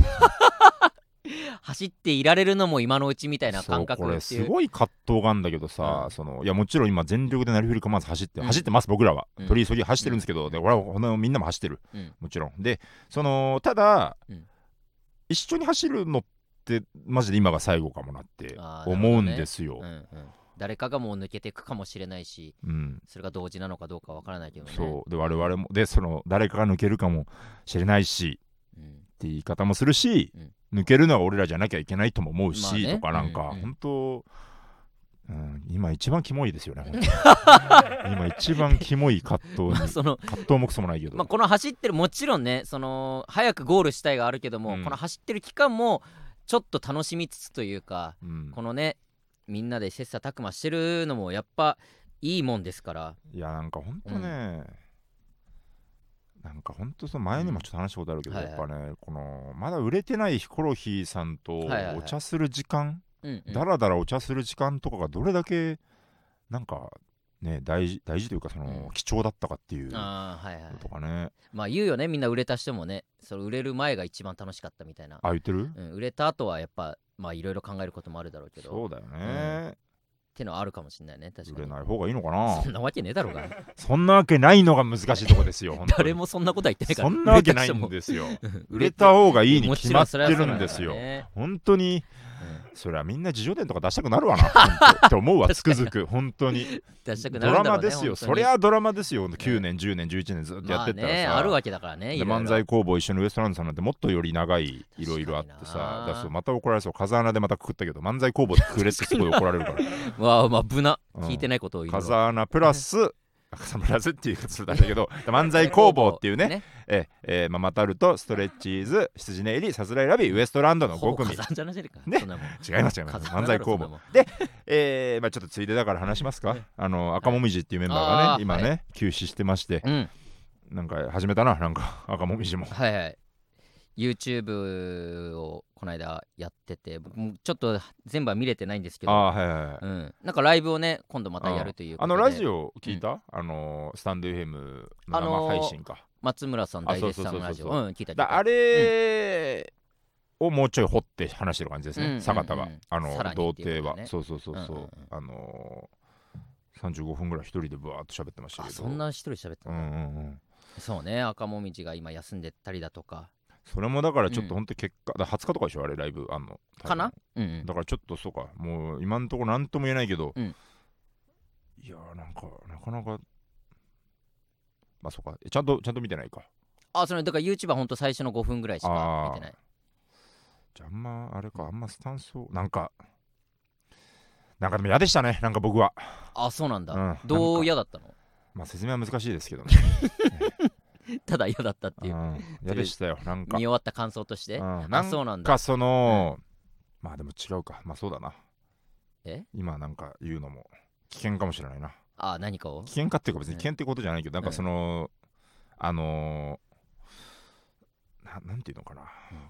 S1: 走っていられるのも今のうちみたいな感覚
S2: そうこれ
S1: ってい
S2: す
S1: う
S2: ごい葛藤があるんだけどさ、
S1: うん
S2: そのいやもちろん今全力でなりふり構わず走って、
S1: うん
S2: 走ってます僕らは、
S1: うん
S2: 取り急ぎ走ってるんですけど、
S1: うん
S2: で俺はこのみんなも走ってる
S1: うん
S2: もちろんでそのただ、
S1: うん
S2: 一緒に走るのってマジで今が最後かもなって
S1: あー
S2: 思うんですよ、
S1: うんうん誰かがもう抜けていくかもしれないし
S2: うん
S1: それが同時なのかどうかわからないけどね
S2: そうで我々もでその誰かが抜けるかもしれないし
S1: うん
S2: って言い方もするし、抜けるのは俺らじゃなきゃいけないとも思うし、
S1: まあね
S2: とかなんか、
S1: うんうん
S2: 本当、うん、今一番キモいですよね本 当に今一番キモい葛藤に
S1: まあ
S2: 葛
S1: その
S2: 藤もクソもないけど、
S1: まあこの走ってるもちろんねその早くゴールしたいがあるけども、
S2: うん
S1: この走ってる期間もちょっと楽しみつつというか
S2: うん
S1: このねみんなで切磋琢磨してるのもやっぱいいもんですから
S2: いやなんか本当ね、なんか本当その前にもちょっと話したことあるけど、
S1: うん
S2: やっぱね、このまだ売れてないヒコロヒーさんと
S1: いはいはい
S2: お茶する時間、
S1: うんうん
S2: だらだらお茶する時間とかがどれだけなんかね大事大事というかその、
S1: うん
S2: 貴重だったかっていうの
S1: あーはいはい
S2: とかね
S1: まあ言うよねみんな売れた人もねその売れる前が一番楽しかったみたいな、
S2: あ言ってる
S1: うん、売れた後はやっぱまあいろいろ考えることもあるだろうけどっ
S2: そうだよね、
S1: てのはあるかもしれないね確
S2: 売
S1: か
S2: れ
S1: に
S2: ない方がいいのか な
S1: そんなわけねえだろうが
S2: そんなわけないのが難しいとこですよ本当に
S1: 誰もそんなことは言ってないから
S2: そんなわけないん
S1: す
S2: ですよ売れた方がいい に
S1: も
S2: 決
S1: ち
S2: ま
S1: ろ
S2: って
S1: それはそう
S2: る
S1: なんんだ
S2: で
S1: よ
S2: すよ
S1: ね
S2: 本当に
S1: うん
S2: そりゃみんな自叙伝とか出したくなるわな本当って思うわつ くづく本当に
S1: 出したくな
S2: ド
S1: る
S2: ラ
S1: んだろ
S2: マ
S1: うね
S2: ですよ
S1: 本当
S2: そ
S1: に
S2: りゃドラマですよ9年10年11年ずっとやってったら
S1: まあ
S2: さ、
S1: ね、あるわけだからね
S2: で
S1: いろいろ
S2: 漫才工房一緒のウエストランドさんなんてもっとより長いいろいろあって
S1: 確かに
S2: さ
S1: な
S2: だからそうまた怒られそう風穴でまたくくったけど漫才工房でくくれってすごい怒られるから
S1: わあまあ無難
S2: うん
S1: 聞いてないことを言うのは
S2: 風穴プラス重ならずっていうことだったんだ けど漫才工房っていうね
S1: ね
S2: ええーまあ、マタルトストレッチーズ羊根入りさすらいラビウエストランドの
S1: ほ
S2: 5
S1: ぼ
S2: 組
S1: 火山じゃないじゃねえか
S2: ね
S1: そんなもん
S2: 違います違います
S1: 火山
S2: 漫
S1: だ
S2: 才
S1: ろ
S2: 工
S1: そんな
S2: 房
S1: もん
S2: で、えーまあ、ちょっとついでだから話しますか、
S1: ね
S2: あの赤もみじっていうメンバーがね、
S1: あー
S2: 今ね、
S1: は
S2: 休止してまして
S1: うん
S2: なんか始めたななんか 赤もみじも
S1: はいはい。YouTube をこの間やってて、僕もちょっと全部は見れてないんですけ
S2: あ
S1: ど、
S2: あーはいはいはい
S1: うん、なんかライブをね、今度またやるという
S2: あ
S1: ことで、
S2: のラジオ聞いた、あのスタンド FM の
S1: あの
S2: 生
S1: ー
S2: 配信か、
S1: 松村さん大絶
S2: あそうそうそうそう
S1: 賛ラジオ、うん、聞いた聞い
S2: だ
S1: た。
S2: あれをもうちょい掘って話してる感じですね、
S1: うんうんうん
S2: 坂田が、あの
S1: さらに
S2: 童
S1: っていうこ
S2: 貞
S1: と
S2: は、
S1: だね
S2: そうそうそうそう、
S1: うんうんうん
S2: あのー、35分ぐらい一人でぶわーっと喋ってました
S1: あ
S2: けど
S1: そんな一人喋ってた
S2: うんんう
S1: だ、
S2: んうん
S1: そうね赤もみじが今休んでたりだとか
S2: それもだからちょっ
S1: う
S2: と
S1: ん
S2: 本当結果、だから20日とかでしょあれライブあんの多分
S1: かなうんうん
S2: だからちょっとそうかもう今んところ何とも言えないけど、
S1: うん
S2: いやーなんかなかなかまあそうかえちゃんとちゃんと見てないか
S1: あそれだから YouTube はほんと最初の5分ぐらいしか見てない
S2: じゃああんまあれかあんまスタンスをなんかなんかでも嫌でしたねなんか僕は、
S1: あそうなんだ、
S2: うん
S1: ど
S2: なんか
S1: う嫌だったの
S2: まあ、説明は難しいですけどね
S1: ただ嫌だったって
S2: う
S1: いうん
S2: 嫌でしたよなんか
S1: 見終わった感想として、
S2: うんな
S1: あ
S2: ん
S1: そうなんだ
S2: かその、まあでも違うかまあそうだな
S1: え
S2: 今なんか言うのも危険かもしれないな
S1: あ何かを
S2: 危険かっていうか別に
S1: うん
S2: 危険ってことじゃないけど、なんかその、あのーななんていうのかな、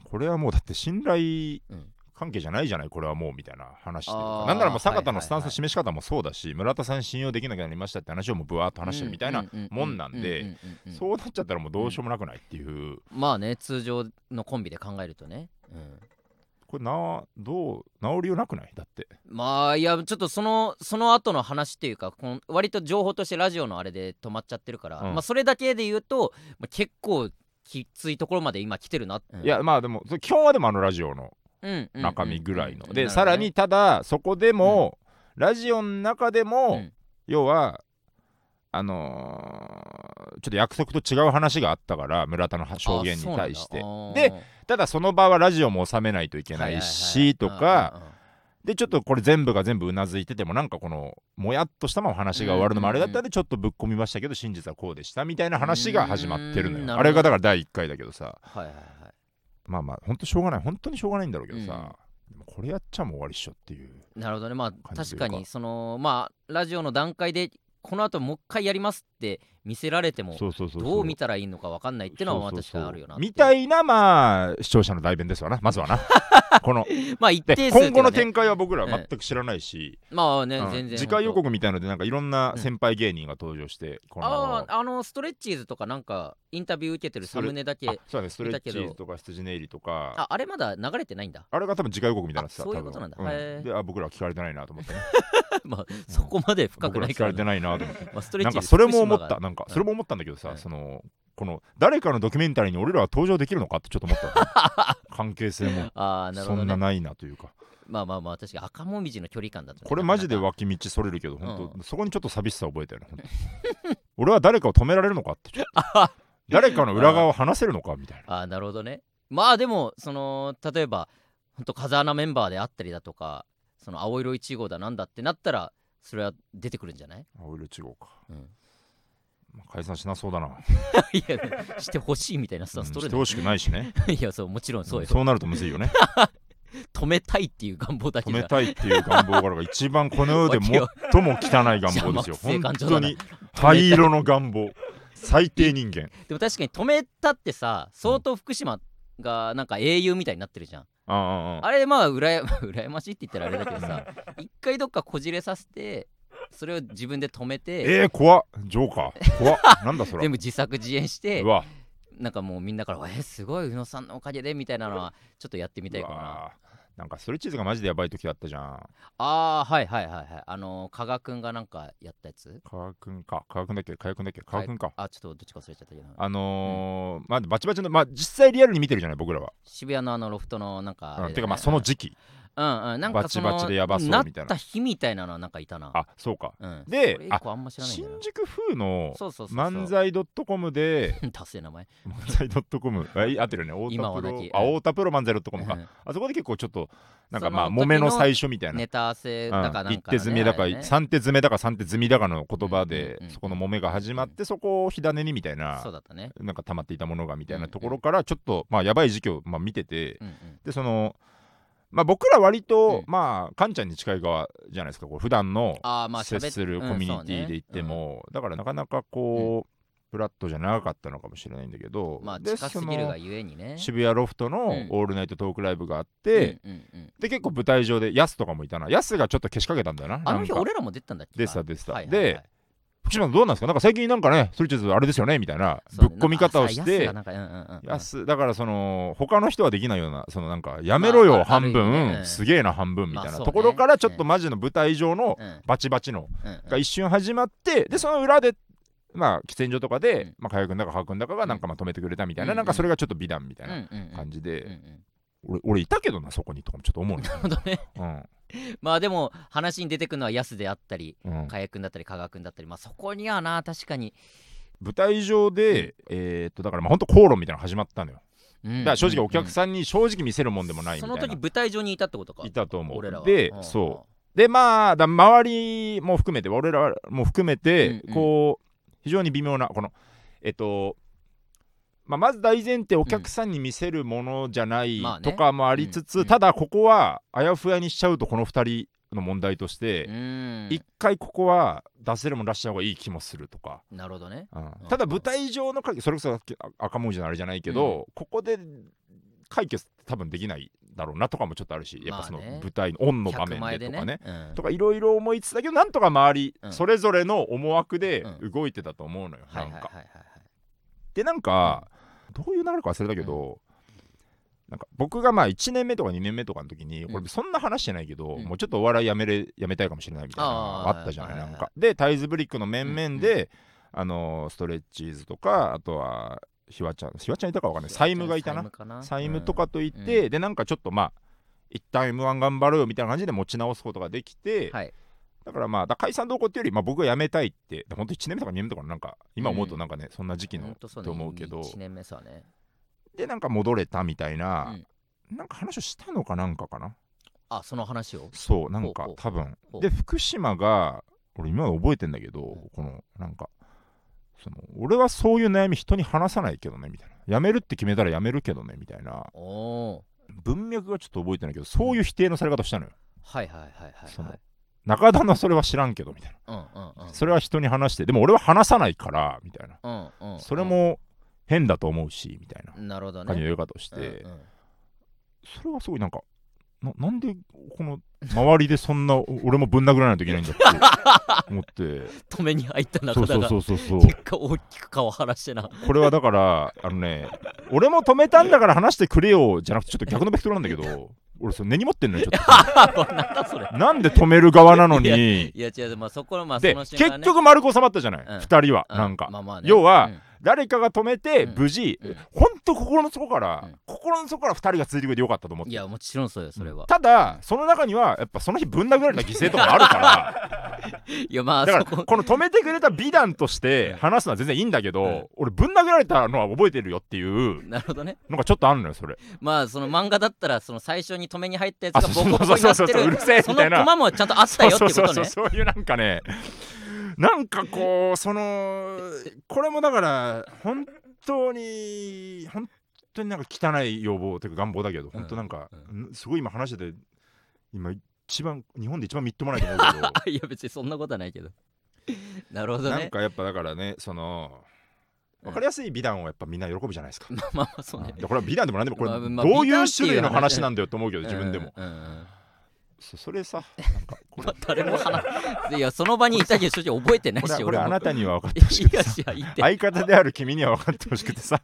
S2: これはもうだって信頼
S1: うん
S2: 関係じゃないじゃないこれはもうみたいな話という
S1: あ
S2: か
S1: ー
S2: なんならもう坂田
S1: はいはいは
S2: の
S1: い
S2: スタンスの示し方もそうだし、村田さん信用できなくなりましたって話をもうぶわーっと話してるみたいな、もんなんで
S1: うううんうん
S2: そうなっちゃったらもうどうしようもなくないっていう、
S1: まあね通常のコンビで考えるとね、うん、
S2: これなどう治りようなくないだって
S1: まあいやちょっとそのその後の話っていうかこの割と情報としてラジオのあれで止まっちゃってるから、
S2: うん
S1: まあそれだけで言うと、まあ、結構きついところまで今来てるな、うん
S2: いやまあでもそれ基本はでもあのラジオの
S1: うんうんうん
S2: 中身ぐらいの、
S1: うんなる
S2: で、
S1: ほどね
S2: さらにただそこでも、ラジオの中でも、
S1: うん
S2: 要はあのーちょっと約束と違う話があったから村田の証言に対して
S1: あそうなんだ
S2: で
S1: あー
S2: ただその場はラジオも収めないといけないしと
S1: はいはいはい
S2: かでちょっとこれ全部が全部うなずいててもなんかこのもやっとしたまま話が終わるのもあれだったんでちょっとぶっ込みましたけど真実はこうでしたみたいな話が始まってるの
S1: うーん
S2: よ
S1: なるほど
S2: あれがだから第1回だけどさ
S1: うんうんはいはいはい
S2: まあまあほんとしょうがない本当にしょうがないんだろうけど
S1: う
S2: さでもこれやっちゃもう終わりっしょっていう
S1: なるほどねまあ
S2: 感じと
S1: 確
S2: いう
S1: か
S2: か
S1: にそのまあラジオの段階でこの後もう一回やりますって見せられても
S2: そうそうそうそう
S1: どう見たらいいのか分かんないっていうのはまあ
S2: そう
S1: 確
S2: そう
S1: か
S2: そ
S1: に
S2: う
S1: あるよな
S2: みた
S1: い
S2: いなまあ視聴者の代弁ですわなまず はなこの
S1: まあ一
S2: で
S1: 定数ってい
S2: 今
S1: うかね
S2: 後の展開は僕ら全く知らないし、
S1: まあね
S2: うん
S1: 全然
S2: 次回予
S1: 本
S2: 告みたいのでなんかいろんな先輩芸人が登場して、こ
S1: 当
S2: の
S1: あああのストレッチーズとかなんかインタビュー受けてるサムネだけ
S2: あそうだねストレッチ
S1: 見
S2: ー
S1: たけ
S2: ズとか羊ネイリとかあ
S1: ああれまだ流れてないんだ
S2: れが多分次回予告みたいになってた
S1: あそういう
S2: 多分
S1: ことなんだへー
S2: であ僕らは聞かれてないなと思って、ね、
S1: まあそこまで 深く
S2: 僕ら
S1: な
S2: はい聞か
S1: から
S2: れて
S1: な
S2: ないなと思って
S1: まあストレ
S2: な
S1: ッ
S2: ん
S1: チー
S2: か
S1: ズ
S2: それも思っ
S1: 福島
S2: た
S1: が
S2: なんかそれも思ったんだけどさ、
S1: うん
S2: そのこの誰かのドキュメンタリーに俺らは登場できるのかってちょっと思ったの 関係性も
S1: ああなる
S2: そ
S1: ほど
S2: んな
S1: ね
S2: ないなというか
S1: まあまあまあ確かに赤もみじの距離感だとね
S2: これマジで
S1: なかなか
S2: 脇道それるけど、本
S1: う
S2: 当そこにちょっと寂しさ覚えたよね。本当 俺は誰かを止められるのかっ てちょっと。誰かの裏側を話せるのかみたいな。
S1: ああなるほどねまあでもその例えばほんと風穴メンバーであったりだとかその青色1号だなんだってなったらそれは出てくるんじゃない、
S2: 青色違うか。
S1: うん、
S2: まあ解散しなそうだな。
S1: いやしてほしいみたいなスタ
S2: う
S1: ン
S2: ん
S1: ス取
S2: し
S1: る
S2: て
S1: ね、
S2: ほしくないしね。
S1: いやそうもちろ んそうよ
S2: そうなるとむずい よね。
S1: 止めたいっていう願望だけ
S2: 止
S1: じゃ
S2: めたいっていう願望からが一番この世で最も汚い 願望です
S1: 邪
S2: よ。本
S1: 魔くせえ
S2: 当に灰色の願望。最低 人間。
S1: でも確かに止めたってさ相当福島がなんか英雄みたいになってるじゃん、
S2: ああああ
S1: あれまあうらや羨 ましいって言ったらあれだけどさ一回どっかこじれさせてそれを自分で止めて
S2: えー、怖っジョーカー。怖っなんだそれ
S1: 全。部自作自演して
S2: うわ。
S1: なんかもうみんなから「えすごい宇野さんのおかげで」みたいなのはちょっとやってみたいうかな
S2: わなんかストレッチーズがマジでやばい時だったじゃん。
S1: あーはいはいはいはいあのー加賀くんがなんかやったやつ
S2: 加賀くんか。加賀くんだっけ加賀くんだっけ加賀くんか。
S1: あちょっとどっちか忘れちゃったけど
S2: あのーまあバチバチの、まあ実際リアルに見てるじゃない、僕らは。
S1: 渋谷のあのロフトのなんかあ
S2: う
S1: れ
S2: ん、
S1: だ
S2: て
S1: よね
S2: かまあその時期。
S1: うんうんなんかその
S2: バチバチでやばそうみたいな
S1: った日みたいなのはなんかいたな
S2: あそうか
S1: うん
S2: で
S1: 俺以降あんま知らないん
S2: 新
S1: だよな
S2: 宿風の
S1: そうそうそうそう
S2: 漫才 .com で
S1: 達成名前
S2: 漫才 .com あい合ってるよね
S1: 今
S2: 太
S1: は亡
S2: 田プロ
S1: き
S2: あ太田プロ漫才 .com
S1: う
S2: か
S1: ん
S2: あそこで結構ちょっとなんか
S1: その
S2: まあ
S1: 時の
S2: 揉めの最初みたいな
S1: ネタ合わせだかなんか、
S2: うん
S1: ね
S2: 一手詰めだか
S1: あれね
S2: 三手詰めだか三手積みだかの言葉
S1: う
S2: で
S1: んうんうん
S2: そこの揉めが始まってそこを火種にみたいな
S1: そうだったね
S2: なんか溜まっていたものがみたい
S1: うんう
S2: なんところからちょっとまあやばい時期をまあ見てて
S1: うんうん
S2: でそのまあ僕ら割と
S1: うん
S2: まあカンちゃんに近い側じゃないですかこう普段の
S1: ああまあ
S2: 接
S1: 喋っ
S2: するコミュニティで言って、もだからなかなかこうフラットじゃなかったのかもしれないんだけ
S1: うん
S2: ど
S1: そうねうんまあ
S2: で
S1: 近す
S2: その
S1: ぎるがゆえにね
S2: 渋谷ロフトの
S1: うん
S2: オールナイトトークライブがあって、
S1: うんうんうん
S2: で結構舞台上でヤスとかもいたなヤスがちょっとけしかけたんだよな
S1: あの日
S2: なんか
S1: 俺らも出てたんだっけ
S2: でしたでした、
S1: はいはいはい
S2: で福島さんどうなんですかなんか最近なんかねそれちょっとあれですよねみたいな
S1: そう
S2: ぶっ
S1: ね
S2: 込み方をし
S1: なんかさ安
S2: て
S1: がなんかうんうんうんうん
S2: ヤスだからその他の人はできないようなそのなんかやめろよ
S1: まああ
S2: 半
S1: る
S2: 分、
S1: 意味ねうん
S2: すげえな半分みたいな、
S1: まあそうね
S2: ところからちょっとマジの舞台上の
S1: うん
S2: バチバチの
S1: うんうん
S2: が一瞬始まってでその裏でまあ喫煙所とかで、
S1: うん
S2: まあ加谷君だか羽君だかがなんかまあ止めてくれたみたいな、
S1: うん
S2: なんかそれがちょっと美談みたい
S1: うん
S2: な
S1: うんうん
S2: 感じで、
S1: うん うん
S2: 俺俺いたけどなそこにとかもちょっと思う の
S1: なるほどね
S2: うん
S1: まあでも話に出てくるのはヤスであったり
S2: うん
S1: かやくんだったり加賀くんだったりまあそこにはな確かに、
S2: 舞台上で、えーっとだからまあ本当口論みたいなの始まったのよ
S1: うん
S2: だから正直お客
S1: さ
S2: さんに正直見せるもんでもないみたいな
S1: その時舞台上にいたってことか
S2: いたと思
S1: 俺ら
S2: う
S1: は
S2: で
S1: うん
S2: そうでまあだ周りも含めて俺らも含めて、
S1: うんうん
S2: こう非常に微妙なこのえっとまあ、まず大前提お客さんに見せるものじゃない
S1: まあね
S2: とかもありつつ、
S1: うんうん
S2: ただここはあやふやにしちゃうとこの2人の問題として
S1: う、ん
S2: 一回ここは出せるもん出した方がいい気もするとか、
S1: なるほどね
S2: うんただ舞台上の解決それこそさっきあ赤文字のあれじゃないけど、ここで解決って多分できないだろうなとかもちょっとあるしやっぱその
S1: まあね
S2: 舞台のオンの場
S1: 客
S2: 面
S1: 前
S2: で
S1: で
S2: と
S1: ね
S2: かね。
S1: うん
S2: とかいろいろ思いつつだけどなんとか周り、
S1: うん
S2: それぞれの思惑で
S1: う
S2: 動いてたと思うのよ、
S1: はいはい
S2: な
S1: は
S2: ん
S1: い
S2: か。
S1: はいはい
S2: でなんかどういう流れか忘れたけど、なんか僕がまあ1年目とか2年目とかの時に、
S1: うん
S2: これそんな話してないけど、
S1: うん
S2: もうちょっとお笑いやめれやめたいかもしれないみたいなのが
S1: あー
S2: あったじゃない
S1: はい
S2: な
S1: はい
S2: ん
S1: はい
S2: か。でタイズブリックの面々で、あのーストレッチーズとかあとはひわちゃんひわちゃんいたかわかんない債務がいたな
S1: 債務か
S2: 債務とかといって、
S1: う
S2: でなんかちょっとまあ一旦 m 1頑張ろうよみたいな感じで持ち直すことができて、
S1: はい
S2: だからまあだ解散動向っていうより、まあ、僕が辞めたいって本当1年目とか2年目とかなんか今思うとなんかね、そんな時期
S1: ほ
S2: の
S1: んとそうね
S2: と思うけど、
S1: 1年目さね
S2: でなんか戻れたみたいな、なんか話をしたのかなんかかな
S1: あその話を
S2: そうなんか
S1: ほうほう
S2: 多分
S1: ほう
S2: で福島が俺今まで覚えてんだけど、
S1: うん
S2: このなんかその俺はそういう悩み人に話さないけどねみたいな辞めるって決めたら辞めるけどねみたいな
S1: おお
S2: 文脈がちょっと覚えてないけどそういう否定のされ方したのよ
S1: はいはいはいはいはい
S2: その中田のそれは知らんけどみたいな
S1: うんうんうん
S2: それは人に話してでも俺は話さないからみたいな
S1: うんうんうん
S2: それも変だと思うしみたいな
S1: なるほど
S2: 感じの
S1: ね
S2: 言い方をして、
S1: うんうん
S2: それはすごいなんかななんでこの周りでそんなお俺もぶん殴らないといけないんだって思って
S1: 止めに入った中
S2: そう
S1: 田
S2: そう
S1: が
S2: そうそうそう
S1: 結果大きく顔晴らしてな
S2: これはだからあのね俺も止めたんだから話してくれよじゃなくてちょっと逆のベクトルなんだ けど俺それ根に持ってんのよちょっ
S1: なんだそれ
S2: となんで止める側なのに
S1: いや違うまあそこのまあそ
S2: で、
S1: の瞬間
S2: 結
S1: ね
S2: 局丸く収まったじゃな
S1: う
S2: い、
S1: ん
S2: 2人は、
S1: う
S2: なんか、
S1: まあまあね
S2: 要は
S1: うん
S2: 誰かが止めて
S1: うん
S2: 無事、
S1: うん
S2: ほんと心の底から、
S1: うん
S2: 心の底から2人がついてくれてよかったと思って
S1: いやもちろんそうよそれは
S2: ただその中にはやっぱその日ぶん殴られた犠牲とかあるか ら
S1: いやまあ
S2: だか
S1: そ
S2: ら
S1: こ
S2: この止めてくれた美談として話すのは全然いいんだけど、
S1: うん
S2: 俺ぶん殴られたのは覚えてるよっていう
S1: なるほどね
S2: のがちょっと あるのよそれ
S1: まあその漫画だったらその最初に止めに入ったやつ
S2: あ
S1: が
S2: そう
S1: ボコ
S2: そう
S1: ボコ
S2: そう
S1: にな
S2: そ
S1: っ
S2: う
S1: て
S2: そうう
S1: る
S2: るせえ
S1: そ
S2: み
S1: の
S2: たいな
S1: コマもちゃんとあったよって
S2: そう
S1: こ
S2: そう
S1: と
S2: そう
S1: ね
S2: そういうなんかねなんかこうそのこれもだから本当に本当になんか汚い要望というか願望だけど本当なんか、すごい今話してて今一番日本で一番みっともないと思うけど。
S1: あいや別にそんなことはないけどなるほど
S2: なん
S1: ね
S2: かやっぱだからねその
S1: うん
S2: 分かりやすい美談をやっぱみんな喜ぶじゃないですか。
S1: まあまあまあそうね
S2: でこれは美談でも何でもこれ
S1: ま
S2: ど
S1: あ
S2: う
S1: まあ
S2: いう種類の話なんだよと思うけど自分でも、
S1: うんうんうん
S2: そそ れさなんかこれ
S1: まあ誰も話いやその場にいたけど正直覚えてな
S2: こ
S1: い
S2: れ
S1: し
S2: こ
S1: 俺
S2: れ
S1: も
S2: あなたには分かっ
S1: い
S2: てほしくて
S1: や
S2: さ
S1: いやいいって
S2: 相方である君には分かってほしくてさ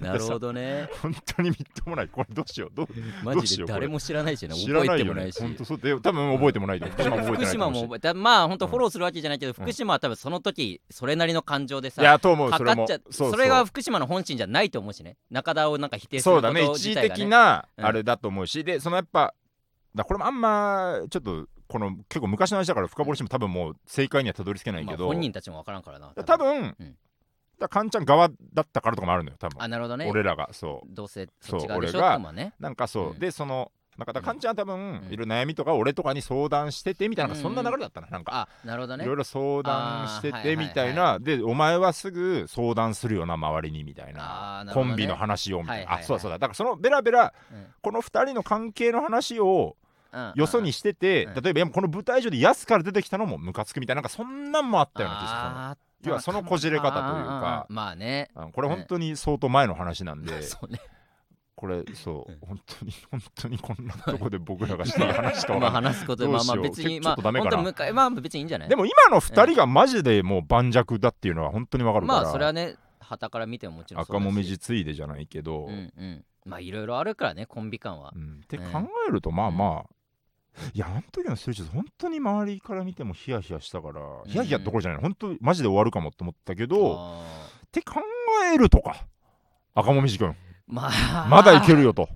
S1: なるほどね
S2: 本当にみっともないこれどうしようどう
S1: マ
S2: どう
S1: ジ
S2: し
S1: で
S2: ようこれ
S1: 誰も知らないしね
S2: 知ら
S1: 覚
S2: な
S1: え
S2: い
S1: て
S2: よ
S1: もな
S2: ね
S1: いし
S2: 本当そうで多分覚えてもないと思う福島も
S1: 福
S2: 覚えてないと
S1: 島も
S2: 思うし
S1: 覚えだまあ本当フォローするわけじゃないけど福島は多分その時それなりの感情で
S2: い
S1: さ
S2: やと思う
S1: か
S2: それ
S1: かっ
S2: も
S1: ちゃ
S2: うう
S1: それが福島の本心じゃないと思うしね中田をなんか否定する
S2: そ
S1: こ
S2: うだね
S1: と
S2: 一
S1: 自
S2: 時
S1: 体が
S2: 的
S1: ね
S2: な
S1: うん
S2: あれだと思うし、でそのやっぱだからこれもあんまちょっとこの結構昔の話だから深掘りしても多分もう正解にはたどり着けない
S1: まあ
S2: けど、
S1: 本人たちもわからんからな。
S2: 多分、
S1: うん
S2: だかんちゃん側だったからとかもあるのよ多分
S1: あ、なるほどね。
S2: 俺らがそう
S1: どうせそ
S2: そう
S1: っち側でしょ
S2: 俺が
S1: ともね。
S2: なんかそう、
S1: うん
S2: でそのなんかだからかんちゃんは多分、
S1: ん
S2: いろいろ悩みとか俺とかに相談しててみたいな、
S1: うん
S2: そんな流れだったななんか、
S1: あ、なるほどね
S2: いろ。いろ相談して
S1: あーはい
S2: て
S1: はい
S2: みたいな、でお前はすぐ相談するよな周りにみたい
S1: あー
S2: な
S1: なるほ
S2: コ
S1: どね
S2: ンビの話をみた
S1: は
S2: いな、
S1: いはいはい
S2: あそうだそうだだからそのベラベラ
S1: うん
S2: この2人の関係の話を
S1: うん
S2: よそにしてて、
S1: うん
S2: 例えばこの舞台上で安から出てきたのもムカつくみたいななんかそんなんもあったような気がするその
S1: あーあった
S2: 要はそのこじれ方というか
S1: あーあーあーまあね。
S2: あのこれ本当に相当前の話なんで、
S1: そうね。
S2: これそううん本当に本当にこんなとこで僕らがしてる話とは
S1: ま あ
S2: わかんない
S1: 話すこと
S2: ど
S1: まあ
S2: うし
S1: ま
S2: よう
S1: あ別に
S2: ちょ
S1: ま
S2: っ
S1: あ
S2: とダメ
S1: 本
S2: かな
S1: 当向かいまあ別にいいんじゃない。
S2: でも今の2人がマジでもう盤石だっていうのは本当にわかるから、
S1: まあそれはね旗から見てももちろんそうだし
S2: 赤もみじついでじゃないけ
S1: う
S2: ど、うん
S1: んうん。まあいろいろあるからねコンビ感は。
S2: って考
S1: ね
S2: えるとまあまあ、いやあの時の数字本当に周りから見てもヒヤヒヤしたから、
S1: ん
S2: ヒヤヒヤどころじゃない本当にマジで終わるかもって思ったけど、
S1: あー
S2: って考えるとか赤もみじくん
S1: まあ
S2: まだいけるよと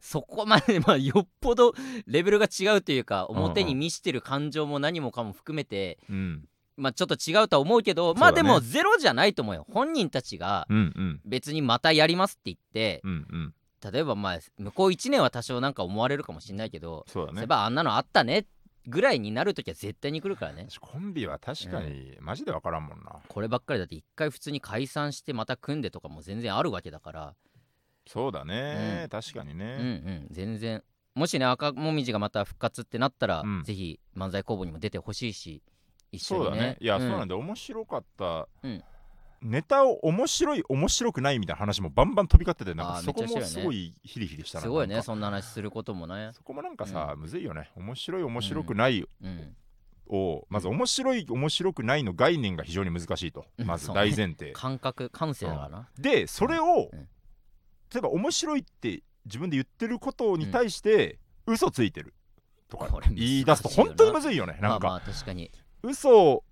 S1: そこまでまあよっぽどレベルが違うというか表に見してる感情も何もかも含めて
S2: うん
S1: まあちょっと違うとは思うけどまあ
S2: そうだ
S1: で
S2: ね
S1: もゼロじゃないと思うよ本人たちが
S2: うんうん
S1: 別にまたやりますって言って
S2: うんうん
S1: 例えばまあ向こう1年は多少なんか思われるかもしれないけど
S2: そうだ
S1: そうい
S2: ね
S1: えばあんなのあったねぐらいになるときは絶対に来るからね
S2: コンビは確かにマジでわからんもんな、
S1: こればっかりだって一回普通に解散してまた組んでとかも全然あるわけだから
S2: そうだね、
S1: うん
S2: 確かに
S1: う
S2: ね
S1: ん、うん全然もしね赤もみじがまた復活ってなったら、
S2: うん
S1: ぜひ漫才工房にも出てほしいし一緒
S2: そう
S1: にね
S2: だねいや、そうなん
S1: ん
S2: で面白かった、
S1: うん
S2: ネタを面白い面白くないみたいな話もバンバン飛び交っててなん
S1: あ
S2: か
S1: ー
S2: そこ
S1: めっ
S2: も
S1: ちゃして
S2: す
S1: るよ
S2: ご
S1: ね
S2: いヒリヒリしたな
S1: すごい
S2: な
S1: ね
S2: んか
S1: そんな話することもね
S2: そこもなんかさ、むずいよね面白い面白くない
S1: うん
S2: を、まず面白い面白くないの概念が非常に難しいと、
S1: うん
S2: まず
S1: そうね
S2: 大前 提
S1: 感覚感性だからな、
S2: でそれを、
S1: うん
S2: 例えば面白いって自分で言ってることに対して、嘘ついてるとか
S1: これ難しいよな
S2: 言い出すと本当にむずいよねなん
S1: ま
S2: か
S1: あまあ確かに
S2: 嘘を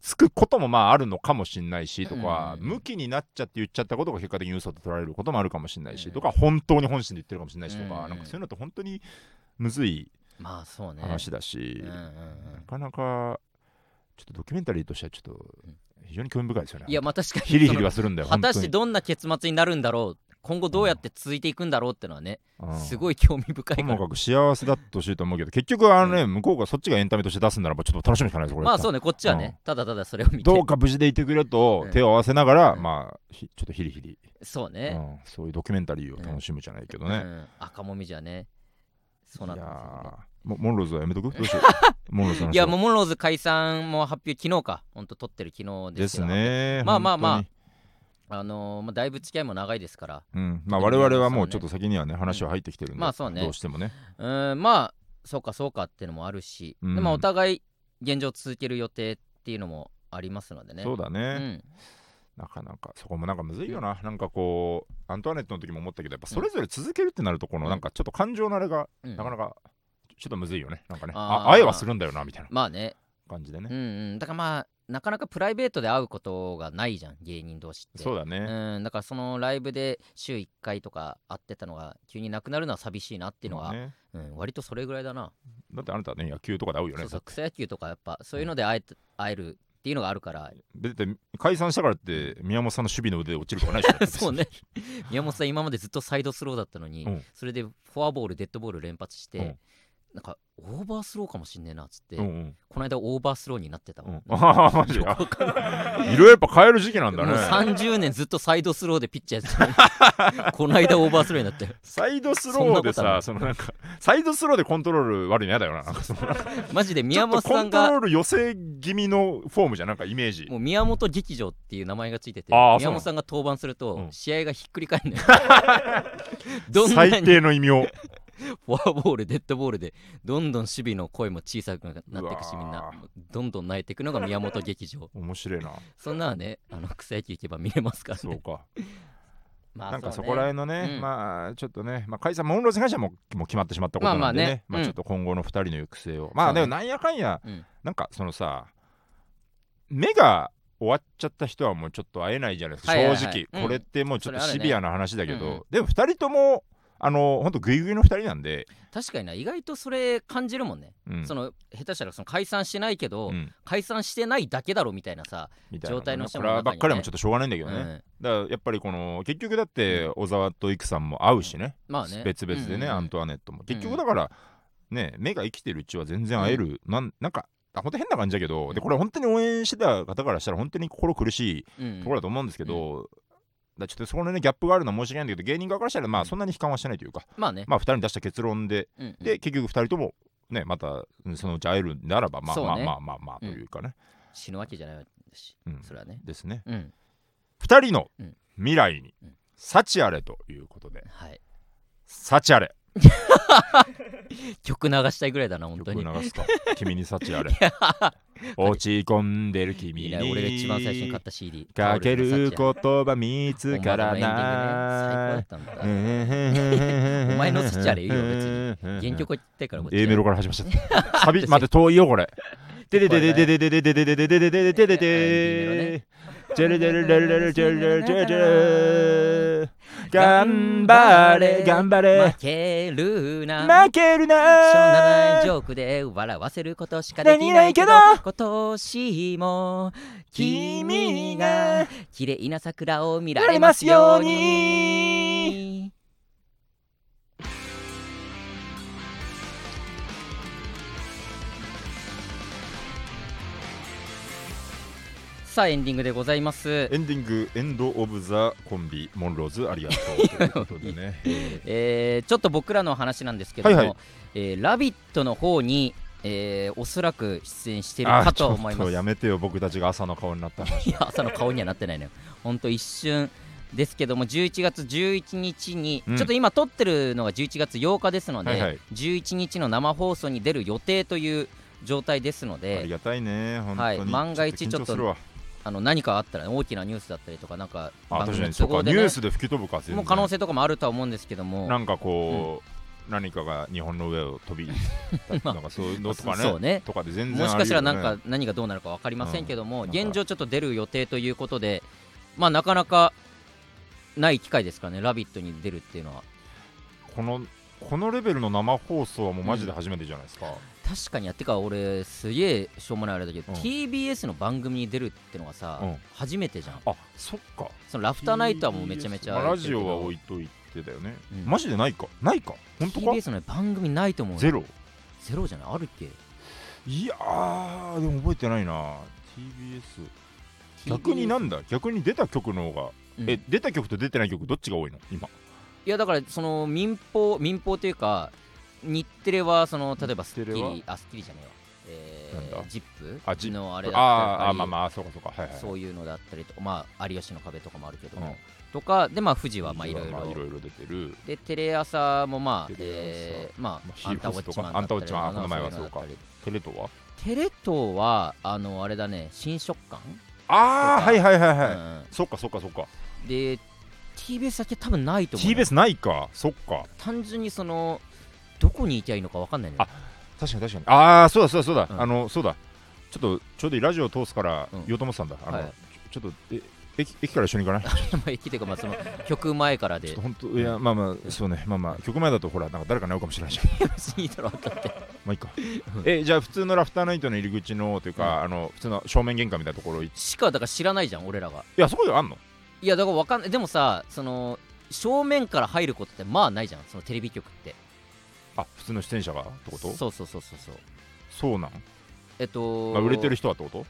S2: つくこともまああるのかもしれないしとか、
S1: うん
S2: 向きになっちゃって言っちゃったことが結果的に嘘と取られることもあるかもしれないし、
S1: うん
S2: とか本当に本心で言ってるかもしれないしとか、
S1: うん
S2: なんかそういうのって本当にむずい
S1: まあそうね
S2: 話だし、
S1: うんうんう
S2: なんかなかちょっとドキュメンタリーとしてはちょっと
S1: うん
S2: 非常に興味深いですよね。
S1: いやまあ確かに
S2: ヒリヒリはするんだよ。
S1: 果たして
S2: 本
S1: どんな結末になるんだろう今後どうやって続いていくんだろうってのはね、
S2: 当にうん
S1: すごい興味深い
S2: と
S1: から
S2: もかく幸せだってほしいと思うけど結局あのね、向こうがそっちがエンタメとして出すんならばちょっと楽しみしかないですこれ
S1: まあそうねこっちはね、
S2: うん
S1: ただただそれを見て
S2: どうか無事でいてくれと手を合わせながら、
S1: うん
S2: まあひちょっとヒリヒリ
S1: そうね、
S2: うん、そういうドキュメンタリーを楽しむじゃないけど
S1: う
S2: ね。
S1: ん、赤もみじゃねそうなん
S2: い
S1: で
S2: や
S1: すよね
S2: ーモモンローズはやめ とくどうしようモンローズの話
S1: いやもうモンローズ解散も発表昨日か本当撮ってる昨日
S2: で
S1: です
S2: す
S1: けど
S2: ね。
S1: まあまあまあ
S2: 本
S1: あのーまあ、だいぶ付き合いも長いですから
S2: 当に。うん、まあ我々はもうちょっと先にはね話は入ってきてるんで、
S1: まあそうね
S2: どうしてもね。
S1: うーんまあそうかそうかっていうのもあるし、
S2: うん
S1: でまあお互い現状続ける予定っていうのもありますのでね
S2: そうだ
S1: う
S2: ね、
S1: ん、
S2: なかなかそこもなんかむずいよな、なんかこうアントワネットの時も思ったけどやっぱそれぞれ続けるってなるとこのなんかちょっと感情のあれが
S1: うん
S2: なかなかちょっとむずいよねなんかね
S1: あー
S2: ああえはするんだよなみたいな
S1: まあね
S2: 感じでね、
S1: うんうんだからまあなかなかプライベートで会うことがないじゃん芸人同士って
S2: そうだね、
S1: うん、だからそのライブで週1回とか会ってたのが急になくなるのは寂しいなっていうの
S2: ま
S1: は、
S2: あね
S1: うん、割とそれぐらいだな、
S2: だってあなたね野球とかで会うよね
S1: そうそう草野球とかやっぱそういうので会えた会えるっていうのがある から
S2: だって解散したからって宮本さんの守備の腕で落ちるとかないでしょだって
S1: そうね宮本さん今までずっとサイドスローだったのに、
S2: うん
S1: それでフォアボールデッドボール連発して、
S2: うん
S1: なんかオーバースローかもしんねえなっつって、
S2: うんうん
S1: この間オーバースローになってたわ、
S2: うん、ああマジ
S1: よく
S2: か
S1: わかんない
S2: いろいろやっぱ変える時期なん
S1: も
S2: だ
S1: う
S2: ね
S1: 30年ずっとサイドスローでピッチャーやって たのにこの間オーバースローになって
S2: サイドス
S1: そんな
S2: ロー
S1: こ
S2: で
S1: とはな
S2: さ
S1: い
S2: そのなんかサイドスローでコントロール悪いの嫌だよ ななんかその
S1: マジで
S2: ち
S1: 宮
S2: ょっ
S1: 本
S2: とコ
S1: さん
S2: ント
S1: が
S2: ロール寄せ気味のフォームじゃんなんかイメージ
S1: もう宮本劇場っていう名前がついてて
S2: あーそうな
S1: 宮
S2: の
S1: 本さんが登板する
S2: う
S1: と
S2: ん
S1: 試合がひっくり返 るのよどんな
S2: 最
S1: に
S2: 低の異名
S1: フォアボールデッドボールでどんどん守備の声も小さくなっていくし
S2: うわー
S1: みんなどんどん泣いていくのが宮本劇場
S2: 面白いな
S1: そんなのはねあの草野球行けば見れますから
S2: そう
S1: ね
S2: か
S1: まあ
S2: なんか
S1: そ
S2: そう
S1: ね
S2: こら辺のね、
S1: うん
S2: まあちょっとね、まあ、解散モンローズ会社ももう決まってしまったことなんでね,、
S1: まあまあ
S2: ま
S1: ね
S2: あ、ちょっと今後の2人の行く末を、まあでもなんやかんや、
S1: うん
S2: なんかそのさ目が終わっちゃった人はもうちょっと会えないじゃないですか、
S1: はいはいはい
S2: 正直、
S1: うん
S2: これってもうちょっと
S1: それある
S2: シ
S1: ね
S2: ビアな話だけど、
S1: うんうん
S2: でも2人ともあの本当グイグイの2人なんで、
S1: 確かにな意外とそれ感じるもんね、
S2: うん
S1: その下手したらその解散してないけど、
S2: うん
S1: 解散してないだけだろみたいなさ、
S2: みたいな
S1: 状態の人
S2: こ
S1: も
S2: れ
S1: 中にね
S2: ばっかりはもうちょっとしょうがないんだけ
S1: う
S2: どね、
S1: ん、
S2: だからやっぱりこの結局だって小沢と育さんも会うしね、
S1: まあね
S2: 別々でね、
S1: うんうんうん
S2: アントワネットも結局だから、ね目が生きてるうちは全然会える、なんなんかあ本当変な感じだけど、
S1: うん
S2: でこれ本当に応援してた方からしたら本当に心苦しい
S1: うん
S2: ところだと思うんですけど、だからちょっとそこのねギャップがあるのは申し訳ないんだけど芸人側からしたらまあそんなに悲観はしてないというか、
S1: まあね、
S2: まあ2人に出した結論で
S1: うんうん
S2: で結局2人ともねまたうんそのうち会えるならばまあ、
S1: そうね
S2: まあまあまあまあと
S1: うん
S2: いうかね、
S1: 死ぬわけじゃないし
S2: うん
S1: それはね
S2: ですね
S1: うん
S2: 2人の
S1: うん
S2: 未来に
S1: うん
S2: 幸あれということで
S1: はい
S2: 幸あれ
S1: 曲流したいぐらいだな本当
S2: 曲
S1: に
S2: 流すか君に幸あれ落ち込んでる君
S1: い
S2: に
S1: いね俺が一番最初に買った CD
S2: かける
S1: と
S2: 言葉見つからない
S1: 最高だったんだ
S2: お
S1: お前の幸あれいいよ別に
S2: に
S1: 原曲は言ってからこっち
S2: A メロから始まっちゃった。サビまで遠いよこれ。ででででででででででででででででで。ジェルジェルジェルジェルジェルジェルジェルジェル。頑張れ頑張れ
S1: 負。けるな
S2: 負ける
S1: しょうがな
S2: ない
S1: ジ。ョークで笑わせることしかできないけど
S2: できないけ
S1: 今年も君が綺麗な桜を見られますようにさあエンディングでございます
S2: エンディングエンドオブザコンビモンローズありがとうということで ね。
S1: えーちょっと僕らの話なんですけども、
S2: はいはい
S1: えーラビット!」の方に、えーおそらく出演してる
S2: あ
S1: か
S2: ち
S1: と
S2: ょ
S1: 思い
S2: っ
S1: ま
S2: と
S1: す。
S2: やめてよ僕たちが朝の顔になった話。
S1: いや朝の顔にはなってないのよ、ほんと一瞬ですけども、11月11日に、
S2: うん
S1: ちょっと今、撮ってるのが11月8日ですので、
S2: はいはい
S1: 11日の生放送に出る予定という状態ですの
S2: あり
S1: で、
S2: がたいね本
S1: はい
S2: 当に。
S1: 万が一ちょっと
S2: 緊張するわ
S1: あの何かあったら、大きなニュースだったりとか、なんか
S2: あ
S1: 番
S2: 確
S1: 組
S2: か
S1: の
S2: にそ
S1: 都
S2: うか
S1: 合
S2: ニ
S1: で、
S2: ュ
S1: ね
S2: ー、スで吹き飛ぶか全然。
S1: もう可能性とかもあるとは思うんですけども、
S2: なんかこう、何かが日本の上を飛 びなんかそういうのとかね
S1: そうね
S2: とかで全然
S1: もしかしたらなん
S2: あ
S1: か
S2: る
S1: 何がどうなるか分かりませんけども、
S2: うん
S1: 現状ちょっと出る予定ということで、まあなかなかない機会ですからね、「ラビット!」に出るっていうのは。
S2: よねこのこのレベルの生放送はもうマジで初めてじゃないですか、
S1: 確かにやってか俺すげえしょうもないあれだけど、
S2: うん
S1: TBS の番組に出るってのがさ、
S2: うん
S1: 初めてじゃん
S2: あそっか
S1: そのラフターナイトはもうめちゃめちゃ
S2: TBS まあラジオは
S1: 多
S2: 置いといてだよね、
S1: うん
S2: マジでないかないか本当か
S1: TBS の番組ないと思うよ
S2: ゼロ
S1: ゼロじゃないあるっけ
S2: いやーでも覚えてないな TBS 逆になんだ逆に出た曲の方が、
S1: うん
S2: え出た曲と出てない曲どっちが多いの今
S1: いやだからその民放民放というか日テレはその例えばス
S2: 日
S1: ッ
S2: テ
S1: キ
S2: レは
S1: リあスッキリじゃねえわえー
S2: なんだ
S1: ジップ
S2: あジップ
S1: のあれだったり
S2: あーあーまあまあそうかそうかはいはい
S1: そうういうのだったりとかまあ有吉の壁とかもあるけども、
S2: うん
S1: とかでまあ富士はまあいろい
S2: まあい
S1: ろ
S2: ろいろ出てる
S1: でテレ朝もまあ、
S2: テレ朝
S1: えー、ま
S2: まあ
S1: あ、ア
S2: ヒ
S1: ン
S2: ー
S1: タウ
S2: ロ
S1: ォッ
S2: ーズ
S1: チ
S2: とか
S1: マンだったりと
S2: アンタウォッチマンあこの前はそうか
S1: いのだったり
S2: テレとは
S1: テレ東は、あの、あれだね、新食感、
S2: ああ
S1: とか
S2: はいはいはいはい、
S1: うん
S2: そっかそっかそっか
S1: で、TBS だけ多分ないと思う。
S2: TBS ないかそっか
S1: 単純にその、どこにいてゃいいのか分かんないのよ。
S2: 確かに確かにああそうだそうだそうだ、
S1: うん
S2: あのそうだちょっとちょうどいいラジオを通すから
S1: うん
S2: 言おうと思ってたんだ、あの
S1: はい
S2: ちょちょっとえ駅駅から一緒に行かないちょ
S1: まあ、駅というか、まあ、そ の、曲前からで
S2: っと、本当いやまあまあそうねまあまあ曲前だとほらなんか誰かに会うかもしれないじゃん
S1: 別にいいだろう分かって。
S2: まあいいかえじゃあ普通のラフターナイトの入り口のというか、あの普通の正面玄関みたいなところいい
S1: しか、だから知らないじゃん、俺らが。
S2: やそこであんの
S1: いや、だから分かんない。でもさ、その、正面から入ることってまあないじゃん、そのテレビ局って。
S2: あ普通の出演者がってこと
S1: そうそうそうそうそう。
S2: そうなん、
S1: えっと、
S2: まあ、売れてる人はってこと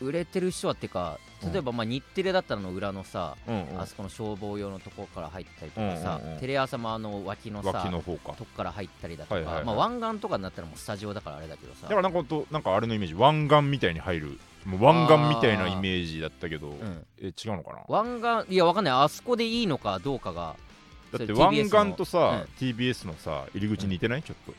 S1: 売れてる人はってか
S2: うん
S1: 例えばまあ日テレだったらの裏のさ、
S2: うん
S1: あそこの消防用のとこから入ったりとかさ、
S2: うんうんうん
S1: テレ朝もあの脇のさ
S2: 脇の方か
S1: とこから入ったりだとか、
S2: はいはいはい
S1: まあ、湾岸とかになったらもうスタジオだからあれだけどさ
S2: だからなんかほんとなんかあれのイメージ湾岸みたいに入るもう湾岸みたいなイメージだったけど、
S1: うん、
S2: え違うのかな
S1: 湾岸いやわかんないあそこでいいのかどうかが
S2: だっ
S1: そ
S2: て
S1: れ
S2: 湾
S1: TBS の
S2: 岸とさ、TBS のさ入り口似てない、ちょっ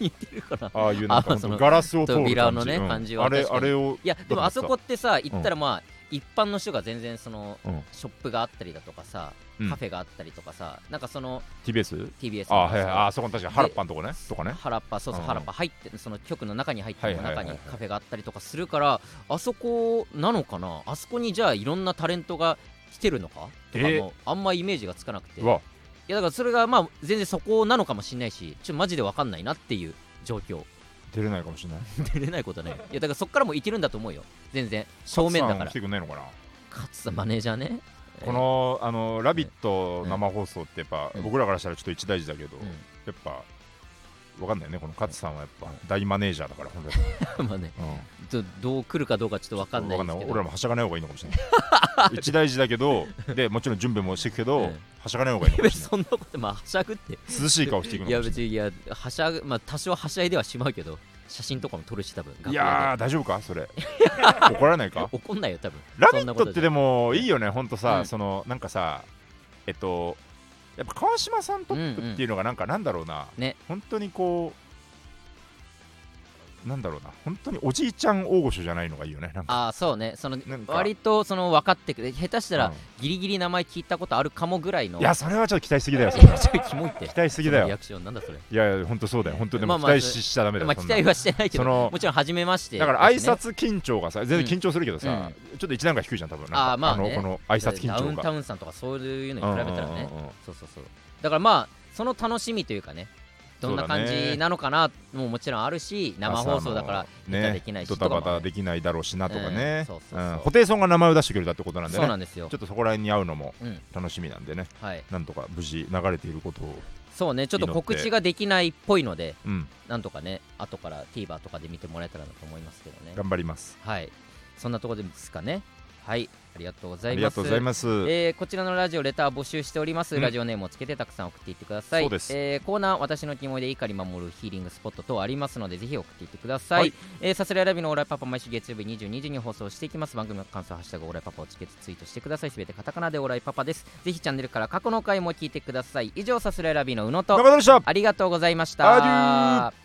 S1: 似 てるから
S2: とああいうなん
S1: あ
S2: かほん
S1: そ
S2: と
S1: の
S2: ガラスを通る感じ
S1: 扉のね
S2: うん
S1: 感じは
S2: あれ
S1: 確か
S2: あ
S1: に
S2: れを
S1: いやでもあそこってさ行ったら
S2: う
S1: まあ、一般の人が全然その、
S2: うん
S1: ショップがあったりだとかさ
S2: うん
S1: カフェがあったりとかさ、なんかその
S2: TBS?
S1: TBS
S2: あ
S1: の
S2: はいはいああそこの確かに
S1: で
S2: 原っぱのとこねとかね
S1: 原っぱそうそう
S2: うん
S1: 原っぱ入ってその局の中に入っても
S2: はいはい
S1: 中
S2: はいは
S1: に
S2: い
S1: カフェがあったりとかするからあそこなのかなあそこにじゃあいろんなタレントが来てるのかとか
S2: え
S1: もあんまイメージがつかなくて
S2: うわ
S1: やだからそれがまあ全然そこなのかもしれないしちょっとマジで分かんないなっていう状況
S2: 出れないかもしれない
S1: 出れないことはないいやだからそこからもいけるんだと思うよ全然正面だか
S2: 勝さん
S1: ら
S2: 来てくんないのかな
S1: 勝さんマネージャーね
S2: この「あのラビット!」
S1: うん
S2: 生放送ってやっぱ、
S1: うん
S2: 僕らからしたらちょっと一大事だけど、
S1: うん
S2: やっぱわかんないねこの勝さんはやっぱ大マネージャーだから本当に、
S1: えー まあね
S2: うん
S1: どどう来るかどうかちょっと分かんないですけど
S2: 俺らもはしゃがない方がいいのか もしれない一大事だけどでもちろん準備もしていくけど、
S1: うん
S2: はしゃがない方がいいのかもしれな
S1: そんなことまあはしゃぐって
S2: い涼しい顔していく
S1: い
S2: のか
S1: や
S2: もしれ
S1: 別にいやはしゃぐまあ多少はしゃいではしまうけど写真とかも撮るし多分
S2: ないい
S1: 楽
S2: や
S1: 屋
S2: ー大丈夫か それ怒らない
S1: で
S2: か
S1: 怒んないよ多分
S2: 「ラビット!」っ
S1: そ
S2: て
S1: ん
S2: で
S1: なこ
S2: もいいよねほんとさ、
S1: うん
S2: そのなんかさえっとやっぱ川島さんトップっていうのがなんかなんだろうな、
S1: ね
S2: 本当にこうなんだろうな本当におじいちゃん大御所じゃないのがいいよねなんか
S1: ああそうねその
S2: なんか
S1: 割とその分かってくれ下手した
S2: う
S1: ら
S2: ん
S1: ギリギリ名前聞いたことあるかもぐらいの
S2: いやそれはちょっと期待しすぎだよそれ
S1: めっちゃキモいって
S2: 期待しすぎだ
S1: リア
S2: よ
S1: クションなんだそれ
S2: いやいや本当そうだよ本当で
S1: まあ
S2: も期
S1: まあ
S2: 待しちゃダメだよ
S1: まあ
S2: そ
S1: 期
S2: んな
S1: 待はしてないけ
S2: その
S1: どもちろん初めまして
S2: だから挨
S1: しね
S2: 拶緊張がさ、全然緊張するけどさ、ちょっと一段階低いじゃん、多分なんか
S1: あーまあね
S2: のこの挨拶緊
S1: ダウ
S2: 張
S1: ン
S2: が。
S1: タウンさんとかそういうのに比べたらね
S2: うんうんうんうん
S1: そうそうそうだからまあその楽しみというかねどんな感
S2: そうだ
S1: じ
S2: ね
S1: なのかなもうもちろんあるし生放送だから
S2: 朝の
S1: ネタ
S2: ね
S1: できないし
S2: ドタバタできないだろうしなとかね
S1: うんそう、そう
S2: う
S1: そうん
S2: ホテイソンが名前を出してくれたってことなんで
S1: そうな
S2: ね、
S1: んですよ
S2: ちょっとそこら辺に会うのも
S1: うん
S2: 楽しみなんでね、
S1: はい
S2: なんとか無事流れていることを、
S1: そうねちょっと告知ができないっぽいので
S2: うん、
S1: なんとかね後から TVer とかで見てもらえたらなと思いますけどね
S2: 頑張ります。
S1: はいそんなところですかねはいありがとうご
S2: あ
S1: ざい
S2: り
S1: ま
S2: が
S1: す
S2: とうございます。
S1: えーこちらのラジオレター募集しております、
S2: うん
S1: ラジオネームをつけてたくさん送っていってください
S2: そうです
S1: えーコーナー私のキモいで怒り守るヒーリングスポット等ありますのでぜひ送っていってください、
S2: はい
S1: えーさすらいラビのオーライパパ毎週月曜日22時に放送していきます番組の感想ハッシュタグオーライパパをつけてツイートしてくださいすべてカタカナでオーライパパですぜひチャンネルから過去の回も聞いてください以上さすらいラビの宇野と
S2: 中田でした
S1: ありがとうございました
S2: アデュー